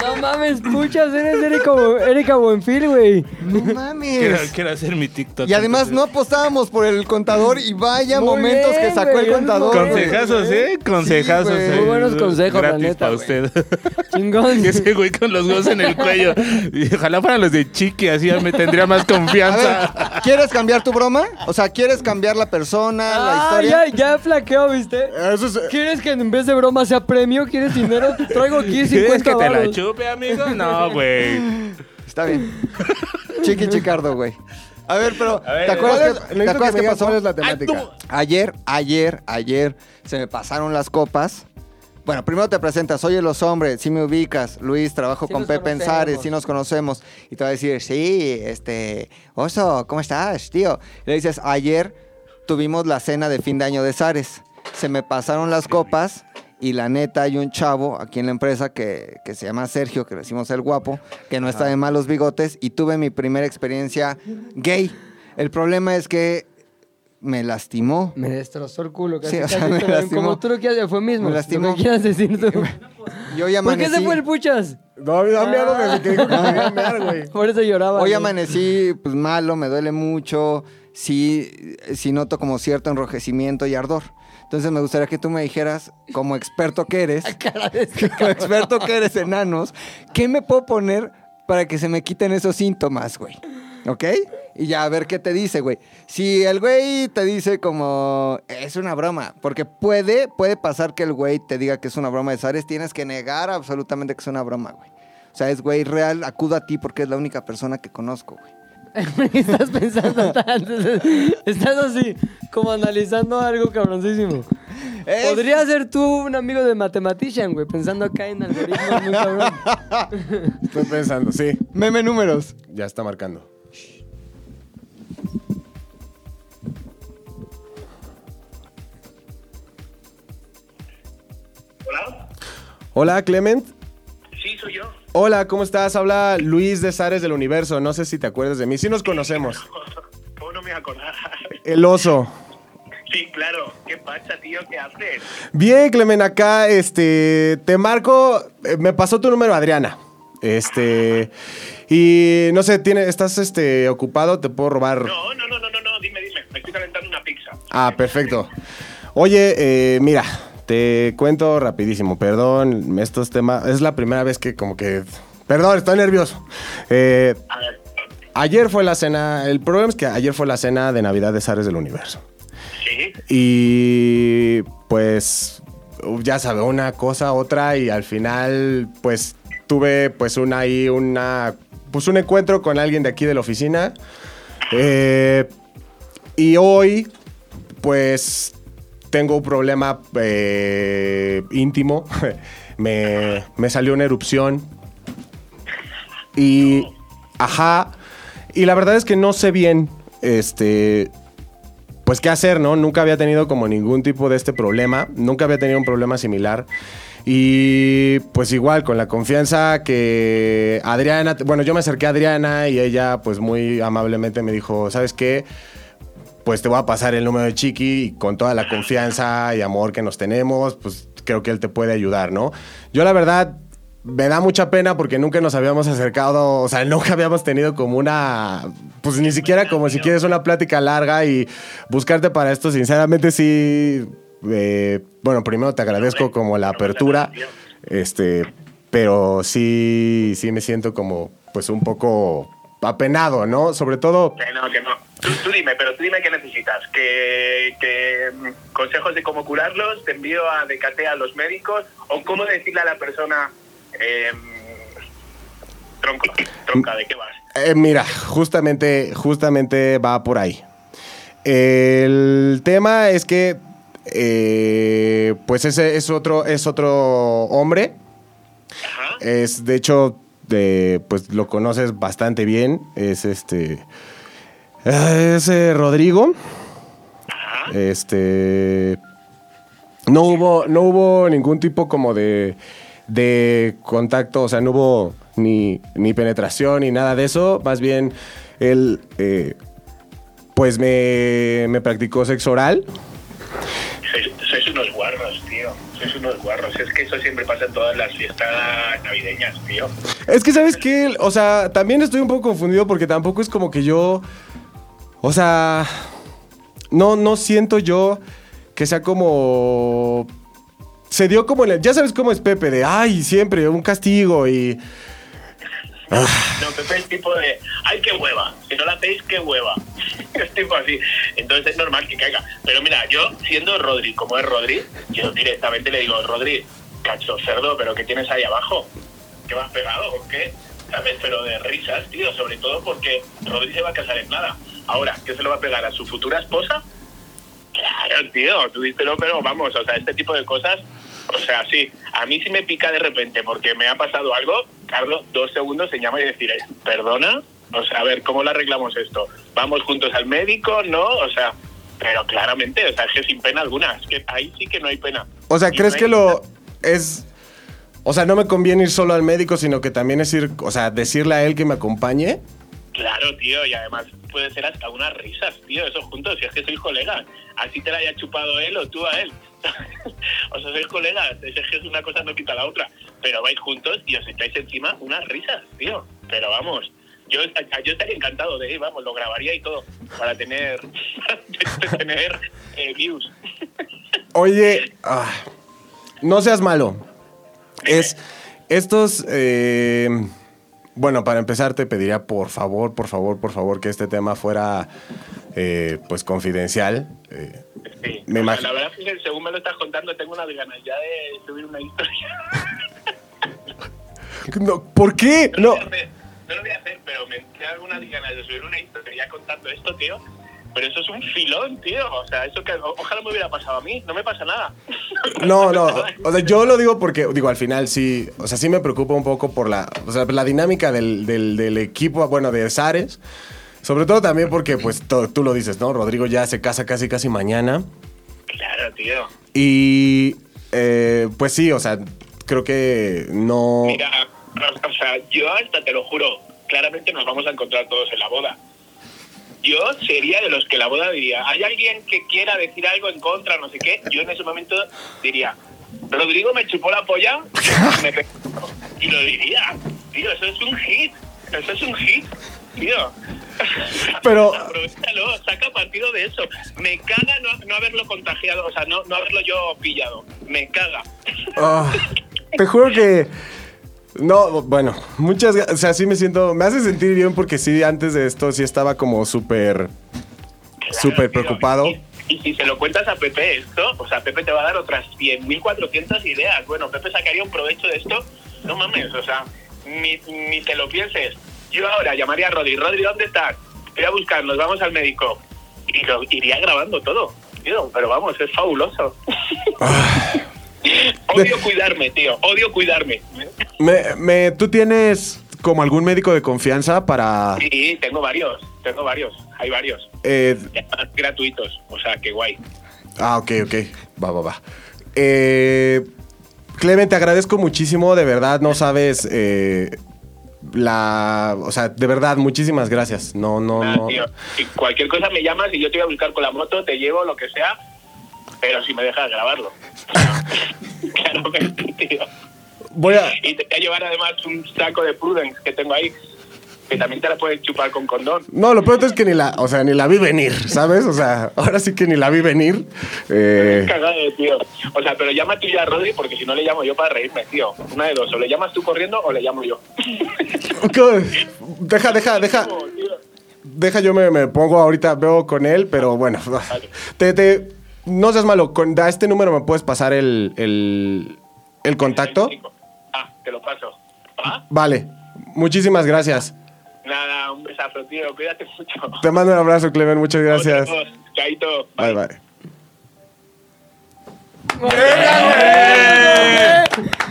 Speaker 1: No mames, Puchas, eres Erika, Bo- Erika Buenfil, güey.
Speaker 2: ¡No
Speaker 4: Quiero,
Speaker 2: mames!
Speaker 4: quiero hacer mi TikTok.
Speaker 2: Y además no apostábamos por el contador y vaya
Speaker 1: Muy
Speaker 2: momentos
Speaker 1: bien,
Speaker 2: que sacó el
Speaker 1: güey,
Speaker 2: contador.
Speaker 1: buenos
Speaker 2: güey.
Speaker 4: Consejazos, ¿eh? Consejazos.
Speaker 2: güey.
Speaker 4: eh.
Speaker 1: Muy buenos consejos, la
Speaker 4: Gratis
Speaker 1: neta,
Speaker 4: para
Speaker 1: güey.
Speaker 4: usted.
Speaker 1: Chingón.
Speaker 4: Que ese güey con los huevos en el cuello. Y ojalá fueran los de Chiqui, así ya me tendría más
Speaker 2: A
Speaker 4: confianza.
Speaker 2: ver, ¿quieres cambiar tu broma? O sea, ¿quieres cambiar la persona, la
Speaker 1: Ah,
Speaker 2: historia?
Speaker 1: ya, ya flaqueo, ¿viste?
Speaker 3: Eso es,
Speaker 1: ¿Quieres que en vez de broma sea premio? ¿Quieres dinero? Te traigo aquí 50
Speaker 4: ¿Quieres que te la
Speaker 1: varos.
Speaker 4: chupe, amigo? No, güey.
Speaker 2: Está bien. Chiqui Chicardo, güey. A ver, pero
Speaker 4: A ver,
Speaker 2: ¿te
Speaker 3: ¿Cuál
Speaker 2: acuerdas,
Speaker 3: es-
Speaker 2: que,
Speaker 3: necesito
Speaker 2: ¿te
Speaker 3: que
Speaker 2: acuerdas
Speaker 3: me
Speaker 2: qué
Speaker 3: digas
Speaker 2: pasó?
Speaker 3: ¿Cuál es la
Speaker 4: Ah,
Speaker 3: temática?
Speaker 2: Ayer, ayer, ayer se me pasaron las copas. Bueno, primero te presentas, oye los hombres, si me ubicas, Luis, trabajo
Speaker 1: Sí
Speaker 2: con
Speaker 1: nos
Speaker 2: Pepe
Speaker 1: conocemos.
Speaker 2: Enzares, si nos conocemos. Y te va a decir, sí, este, oso, ¿cómo estás, tío? Y le dices, ayer tuvimos la cena de fin de año de Zares. Se me pasaron las copas y la neta hay un chavo aquí en la empresa que, que se llama Sergio, que le decimos el guapo, que no está de malos bigotes y tuve mi primera experiencia gay. El problema es que me lastimó.
Speaker 1: Me destrozó el culo. Casi,
Speaker 2: Sí, o sea,
Speaker 1: casi
Speaker 2: me
Speaker 1: te lo-
Speaker 2: lastimó.
Speaker 1: Como tú lo quieras, fue mismo.
Speaker 2: Me lastimó.
Speaker 1: Lo que quieras decir tú.
Speaker 2: Yo ya
Speaker 1: ¿Por qué se
Speaker 2: amanecí.
Speaker 1: fue el puchas?
Speaker 3: No, me da miedo desde que dijo que me iba a mear, güey.
Speaker 1: Por eso lloraba.
Speaker 2: Hoy
Speaker 1: güey.
Speaker 2: amanecí pues malo, me duele mucho, sí, sí noto como cierto enrojecimiento y ardor. Entonces me gustaría que tú me dijeras, como experto que eres,
Speaker 1: este-
Speaker 2: como experto que eres enanos, ¿qué me puedo poner para que se me quiten esos síntomas, güey? ¿Ok? Y ya a ver qué te dice, güey. Si el güey te dice como es una broma, porque puede, puede pasar que el güey te diga que es una broma de Zares, tienes que negar absolutamente que es una broma, güey. O sea, es güey real, acudo a ti porque es la única persona que conozco, güey.
Speaker 1: ¿Qué estás pensando tanto? Estás así, como analizando algo cabroncísimo.
Speaker 2: Es-
Speaker 1: Podría ser tú un amigo de Mathematician, güey, pensando acá en algoritmos muy cabrón.
Speaker 3: Estoy pensando, sí.
Speaker 2: Meme números.
Speaker 3: Ya está marcando.
Speaker 6: ¿Hola?
Speaker 3: Hola, Clement.
Speaker 6: Sí, soy yo.
Speaker 3: Hola, ¿cómo estás? Habla Luis de Zares del Universo. No sé si te acuerdas de mí. Sí nos conocemos.
Speaker 6: ¿Cómo no me acordás?
Speaker 3: El oso.
Speaker 6: Sí, claro. ¿Qué pasa, tío? ¿Qué haces?
Speaker 3: Bien, Clement, acá, este, te marco, eh, me pasó tu número, Adriana. Este, y no sé, tiene, estás, este, ocupado, te puedo robar.
Speaker 6: No, no, no, no, no, no. Dime, dime. Me estoy calentando una pizza.
Speaker 3: Ah, perfecto. Oye, eh, mira, te cuento rapidísimo, perdón, estos temas, es la primera vez que como que, perdón, estoy nervioso. Eh,
Speaker 6: A ver.
Speaker 3: ayer fue la cena, el problema es que ayer fue la cena de Navidad de Zares del Universo.
Speaker 6: Sí.
Speaker 3: Y pues ya sabe, una cosa, otra y al final pues tuve pues una ahí una pues un encuentro con alguien de aquí de la oficina. Eh, y hoy pues tengo un problema eh, íntimo. me, me salió una erupción. Y ajá, y la verdad es que no sé bien este pues qué hacer, ¿no? Nunca había tenido como ningún tipo de este problema, nunca había tenido un problema similar. Y pues igual, con la confianza que Adriana, bueno, yo me acerqué a Adriana y ella pues muy amablemente me dijo, ¿sabes qué? Pues te voy a pasar el número de Chiqui y con toda la confianza y amor que nos tenemos, pues creo que él te puede ayudar, ¿no? Yo la verdad... Me da mucha pena porque nunca nos habíamos acercado, o sea, nunca habíamos tenido como una, pues ni siquiera como si quieres una plática larga y buscarte para esto, sinceramente sí, eh, bueno, primero te agradezco como la apertura, este, pero sí, sí me siento como, pues un poco apenado, ¿no? Sobre todo,
Speaker 6: Que no, que no. Tú, tú dime, pero tú dime qué necesitas. Que, que, mm, consejos de cómo curarlos, te envío a Decate a los médicos o cómo decirle a la persona eh, tronco, tronca, ¿de qué vas?
Speaker 3: eh, mira, justamente, justamente va por ahí. El tema es que, eh, pues ese es otro, es otro hombre,
Speaker 6: Ajá.
Speaker 3: Es, de hecho, de, pues lo conoces bastante bien. Es este. eh, Es eh, Rodrigo. Este. No hubo, no hubo ningún tipo como de, de contacto, o sea, no hubo ni, ni penetración ni nada de eso. Más bien, él, eh, pues me, me practicó sexo oral.
Speaker 6: Sois, sois unos guarros, tío. Sois unos guarros. Es que eso siempre pasa en todas las fiestas navideñas, tío.
Speaker 3: Es que, ¿sabes qué? O sea, también estoy un poco confundido porque tampoco es como que yo. O sea. No, no siento yo que sea como. Se dio como. en el- ya sabes cómo es Pepe, de ay, siempre, un castigo y.
Speaker 6: No, Pepe es tipo de, ay, qué hueva, si no la hacéis, qué hueva. Es tipo así. Entonces es normal que caiga. Pero mira, yo siendo Rodri, como es Rodri, yo directamente le digo, Rodri, cacho cerdo, pero ¿qué tienes ahí abajo? ¿Qué vas pegado o qué? ¿Sabes? Pero de risas, tío, sobre todo porque Rodri se va a casar en nada. Ahora, ¿qué se lo va a pegar a su futura esposa? Claro, tío, tú díselo, pero vamos, o sea, este tipo de cosas, o sea, sí, a mí sí me pica de repente porque me ha pasado algo, Carlos, dos segundos se llama y decir, "Eh, perdona, o sea, a ver, ¿cómo lo arreglamos esto? ¿Vamos juntos al médico? ¿No? O sea, pero claramente, o sea, es que sin pena alguna, es que ahí sí que no hay pena.
Speaker 3: O sea,
Speaker 6: Y
Speaker 3: ¿crees
Speaker 6: no
Speaker 3: que
Speaker 6: hay-
Speaker 3: lo. es. O sea, no me conviene ir solo al médico, sino que también es ir. O sea, decirle a él que me acompañe.
Speaker 6: Claro, tío, y además puede ser hasta unas risas, tío, eso juntos, si es que soy colega. Así te la haya chupado él o tú a él. o sea, sois colegas, es que es una cosa no quita la otra, pero vais juntos y os echáis encima unas risas, tío. Pero vamos, yo, esta- yo estaría encantado de ir, vamos, lo grabaría y todo, para tener, para tener eh, views.
Speaker 3: Oye, ah, no seas malo. Es estos. eh, bueno, para empezar, te pediría por favor, por favor, por favor, que este tema fuera eh, pues confidencial. eh,
Speaker 6: Sí.
Speaker 3: Me
Speaker 6: O sea,
Speaker 3: imagi-
Speaker 6: la verdad es que según me lo estás contando, tengo una ganas ya de subir una historia.
Speaker 3: no, ¿Por qué?
Speaker 6: No.
Speaker 3: No.
Speaker 6: lo voy a hacer, no lo voy a hacer, pero me entré algunas ganas de subir una historia contando esto, tío. Pero eso es un filón, tío. O sea, eso que o- ojalá me hubiera pasado a mí. No me pasa nada.
Speaker 3: No, no. O sea, yo lo digo porque, digo, al final sí, o sea, sí me preocupa un poco por la, o sea, la dinámica del, del- del equipo, bueno, de Zares. Sobre todo también porque, pues, to- tú lo dices, ¿no? Rodrigo ya se casa casi, casi mañana.
Speaker 6: Claro, tío.
Speaker 3: Y, eh, pues sí, o sea, creo que no...
Speaker 6: Mira, o sea, yo hasta te lo juro, claramente nos vamos a encontrar todos en la boda. Yo sería de los que la boda diría, hay alguien que quiera decir algo en contra, no sé qué, yo en ese momento diría, Rodrigo me chupó la polla, me pe- y lo diría, tío, eso es un hit, eso es un hit, tío.
Speaker 3: Pero-
Speaker 6: Aprovechalo, saca partido de eso. Me caga no, no haberlo contagiado, o sea, no, no haberlo yo pillado, me caga.
Speaker 3: Ah, te juro que... No, bueno, muchas... gra- O sea, sí me siento... Me hace sentir bien porque sí, antes de esto sí estaba como súper...
Speaker 6: Claro,
Speaker 3: Súper
Speaker 6: tío.
Speaker 3: preocupado.
Speaker 6: Y, y si se lo cuentas a Pepe esto, o sea, Pepe te va a dar otras 100.400 ideas. Bueno, Pepe sacaría un provecho de esto. No mames, o sea, ni, ni te lo pienses. Yo ahora llamaría a Rodri. Rodri, ¿dónde estás? Voy a buscar, nos vamos al médico. Y lo iría grabando todo. Tío, pero vamos, es fabuloso.
Speaker 3: Ah.
Speaker 6: odio cuidarme, tío. Odio cuidarme.
Speaker 3: Me, me- ¿Tú tienes como algún médico de confianza para...
Speaker 6: Sí, tengo varios. Tengo varios. Hay varios.
Speaker 3: eh,
Speaker 6: Y además Gratuitos. O sea, qué guay.
Speaker 3: ah, ok, ok. Va, va, va. Eh, Clemen, te agradezco muchísimo, de verdad, no sabes... eh, la... O sea, de verdad, muchísimas gracias. No, no,
Speaker 6: Nada,
Speaker 3: no.
Speaker 6: Ah, tío. Si cualquier cosa me llamas y yo te voy a buscar con la moto, te llevo, lo que sea, pero si me dejas grabarlo. claro que sí, tío.
Speaker 3: Voy a...
Speaker 6: Y te voy a llevar además un saco de Prudence que tengo ahí, que también te la puedes chupar con condón.
Speaker 3: No, lo peor es que ni la, o sea, ni la vi venir, ¿sabes? O sea, ahora sí que ni la vi venir. Eh,
Speaker 6: Cagado, tío. O sea, pero llama tú ya a Rodri porque si no le llamo yo para reírme, tío. Una de dos, o le llamas tú corriendo o le llamo yo.
Speaker 3: ¿qué? deja, deja, deja.
Speaker 6: No, tío.
Speaker 3: Deja, yo me, me pongo ahorita, veo con él, pero bueno. Te, te- no seas malo, con, a este número me puedes pasar el, el, el contacto.
Speaker 6: Ah, te lo paso. Ah,
Speaker 3: Vale, muchísimas gracias.
Speaker 6: nada, un besazo, tío. Cuídate mucho.
Speaker 3: Te mando un abrazo, Clemen, muchas gracias.
Speaker 6: Otros, Chaito.
Speaker 3: Bye, bye.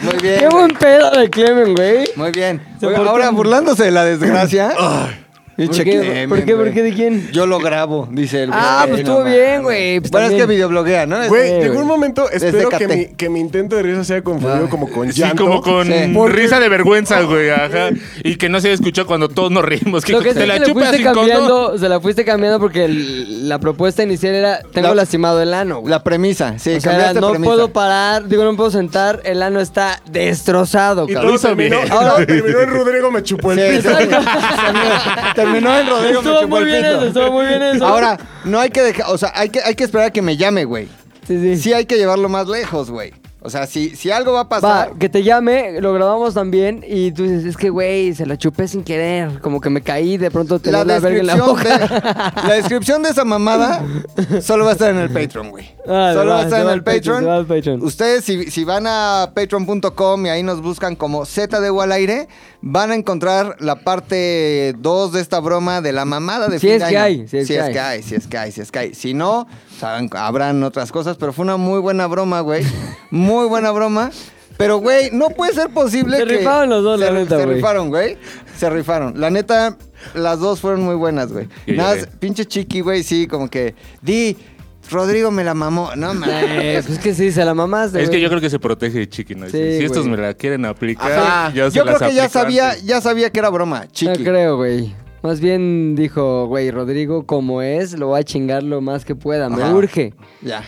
Speaker 2: Muy bien.
Speaker 1: Qué
Speaker 2: güey.
Speaker 1: buen pedo de Clemen, güey.
Speaker 2: Muy bien.
Speaker 1: O sea,
Speaker 2: Oiga,
Speaker 1: ¿por qué?
Speaker 2: ahora burlándose de la desgracia. Pinche
Speaker 1: ¿Por qué?
Speaker 2: Clemen,
Speaker 1: ¿Por qué? ¿Por
Speaker 2: güey.
Speaker 1: qué? ¿De quién?
Speaker 2: Yo lo grabo, dice el
Speaker 1: Ah, pues
Speaker 2: güey. No
Speaker 1: estuvo
Speaker 2: mames.
Speaker 1: bien, güey. Pues
Speaker 2: Bueno, es que
Speaker 1: también.
Speaker 2: videobloguea, ¿no? Es-
Speaker 3: Güey,
Speaker 1: Sí,
Speaker 3: llegó
Speaker 1: güey.
Speaker 3: un momento,
Speaker 2: Desde
Speaker 3: espero que
Speaker 2: Caté.
Speaker 3: mi, que mi intento de risa sea confundido
Speaker 2: Ay.
Speaker 3: como con
Speaker 4: Sí,
Speaker 3: llanto.
Speaker 4: como con
Speaker 2: Sí.
Speaker 4: risa de vergüenza, güey, ajá. Y que no se escuchó cuando todos nos reímos. Que
Speaker 1: Lo que
Speaker 4: te
Speaker 1: sé
Speaker 4: la
Speaker 1: que le
Speaker 4: chupas
Speaker 1: fuiste
Speaker 4: sin condón.
Speaker 1: cambiando, se la fuiste cambiando porque el- la propuesta inicial era tengo
Speaker 2: La-
Speaker 1: lastimado el ano, güey.
Speaker 2: La premisa, sí,
Speaker 1: O sea,
Speaker 2: cambiaste
Speaker 1: no
Speaker 2: premisa.
Speaker 1: puedo parar, digo, no me puedo sentar, el ano está destrozado,
Speaker 3: Y
Speaker 1: cabrón.
Speaker 3: todo terminó,
Speaker 4: bien.
Speaker 3: todo terminó en Rodrigo me chupó el
Speaker 2: Sí,
Speaker 3: pito.
Speaker 2: terminó, terminó en Rodrigo me
Speaker 1: Estuvo
Speaker 2: chupó
Speaker 1: muy
Speaker 2: el
Speaker 1: bien
Speaker 2: pito.
Speaker 1: eso, estuvo muy bien eso.
Speaker 2: Ahora, no hay que dejar, o sea, hay que, hay que esperar a que me llame, güey.
Speaker 1: sí, sí.
Speaker 2: Sí hay que llevarlo más lejos, güey. O sea, si, si algo va a pasar,
Speaker 1: Va, que te llame, lo grabamos también y tú dices, es que güey, se la chupé sin querer, como que me caí, de pronto te
Speaker 2: la,
Speaker 1: la, la verga en la boca.
Speaker 2: descripción de, la descripción de esa mamada solo va a estar en el Patreon, güey.
Speaker 1: Ah, se
Speaker 2: solo va
Speaker 1: va,
Speaker 2: a
Speaker 1: se
Speaker 2: estar en
Speaker 1: va
Speaker 2: el
Speaker 1: al Patreon,
Speaker 2: Patreon.
Speaker 1: se va al Patreon.
Speaker 2: Ustedes, si, si van a patreon.com y ahí nos buscan como ZDU al aire, van a encontrar la parte 2 de esta broma de la mamada de
Speaker 1: Si
Speaker 2: fin
Speaker 1: es
Speaker 2: de
Speaker 1: que
Speaker 2: año.
Speaker 1: hay, si es que hay.
Speaker 2: si es que hay, si es que hay. Si no, saben, habrán otras cosas, pero fue una muy buena broma, güey. Muy buena broma. Pero, güey, no puede ser posible
Speaker 1: Se
Speaker 2: que...
Speaker 1: rifaron los dos,
Speaker 2: se,
Speaker 1: la neta,
Speaker 2: Se
Speaker 1: güey.
Speaker 2: rifaron, güey. Se rifaron. La neta, las dos fueron muy buenas, güey.
Speaker 4: Yo
Speaker 2: Nada,
Speaker 4: lloré.
Speaker 2: más, pinche chiqui, güey, sí, como que... Di, Rodrigo me la mamó. No,
Speaker 1: Eh,
Speaker 2: mames.
Speaker 1: pues es que sí, se la mamaste.
Speaker 4: Es que
Speaker 1: güey.
Speaker 4: yo creo que se protege de Chiqui, ¿no? Dice,
Speaker 1: Sí,
Speaker 4: si estos
Speaker 1: güey.
Speaker 4: me la quieren aplicar,
Speaker 2: Ajá.
Speaker 4: yo se
Speaker 2: Yo creo
Speaker 4: las
Speaker 2: que ya
Speaker 4: aplico
Speaker 2: sabía,
Speaker 4: antes.
Speaker 2: ya sabía que era broma, chiqui.
Speaker 1: No creo, güey. Más bien dijo, güey, Rodrigo, como es, lo va a chingar lo más que pueda, me
Speaker 2: Ajá.
Speaker 1: urge.
Speaker 2: Ya.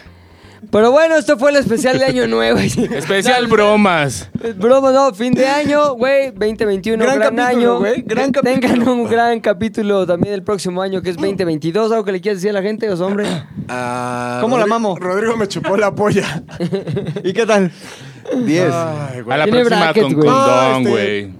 Speaker 1: Pero bueno, esto fue el especial de Año Nuevo.
Speaker 4: Especial bromas.
Speaker 1: Eh, Broma, no, fin de año, güey, 2021, gran,
Speaker 2: Gran capítulo,
Speaker 1: año.
Speaker 2: güey, gran
Speaker 1: Que Tengan un gran capítulo también el próximo año, que es 2022. ¿Algo que le quieras decir a la gente, los hombres?
Speaker 4: Ah,
Speaker 2: ¿Cómo la
Speaker 3: Rodri-
Speaker 2: mamo?
Speaker 3: Rodrigo me chupó la polla.
Speaker 2: ¿Y qué tal? 10.
Speaker 3: Ay, güey.
Speaker 4: A la
Speaker 1: Tiene
Speaker 4: próxima
Speaker 1: bracket,
Speaker 4: con
Speaker 1: güey.
Speaker 3: Ah,
Speaker 4: condón,
Speaker 3: este-
Speaker 4: güey.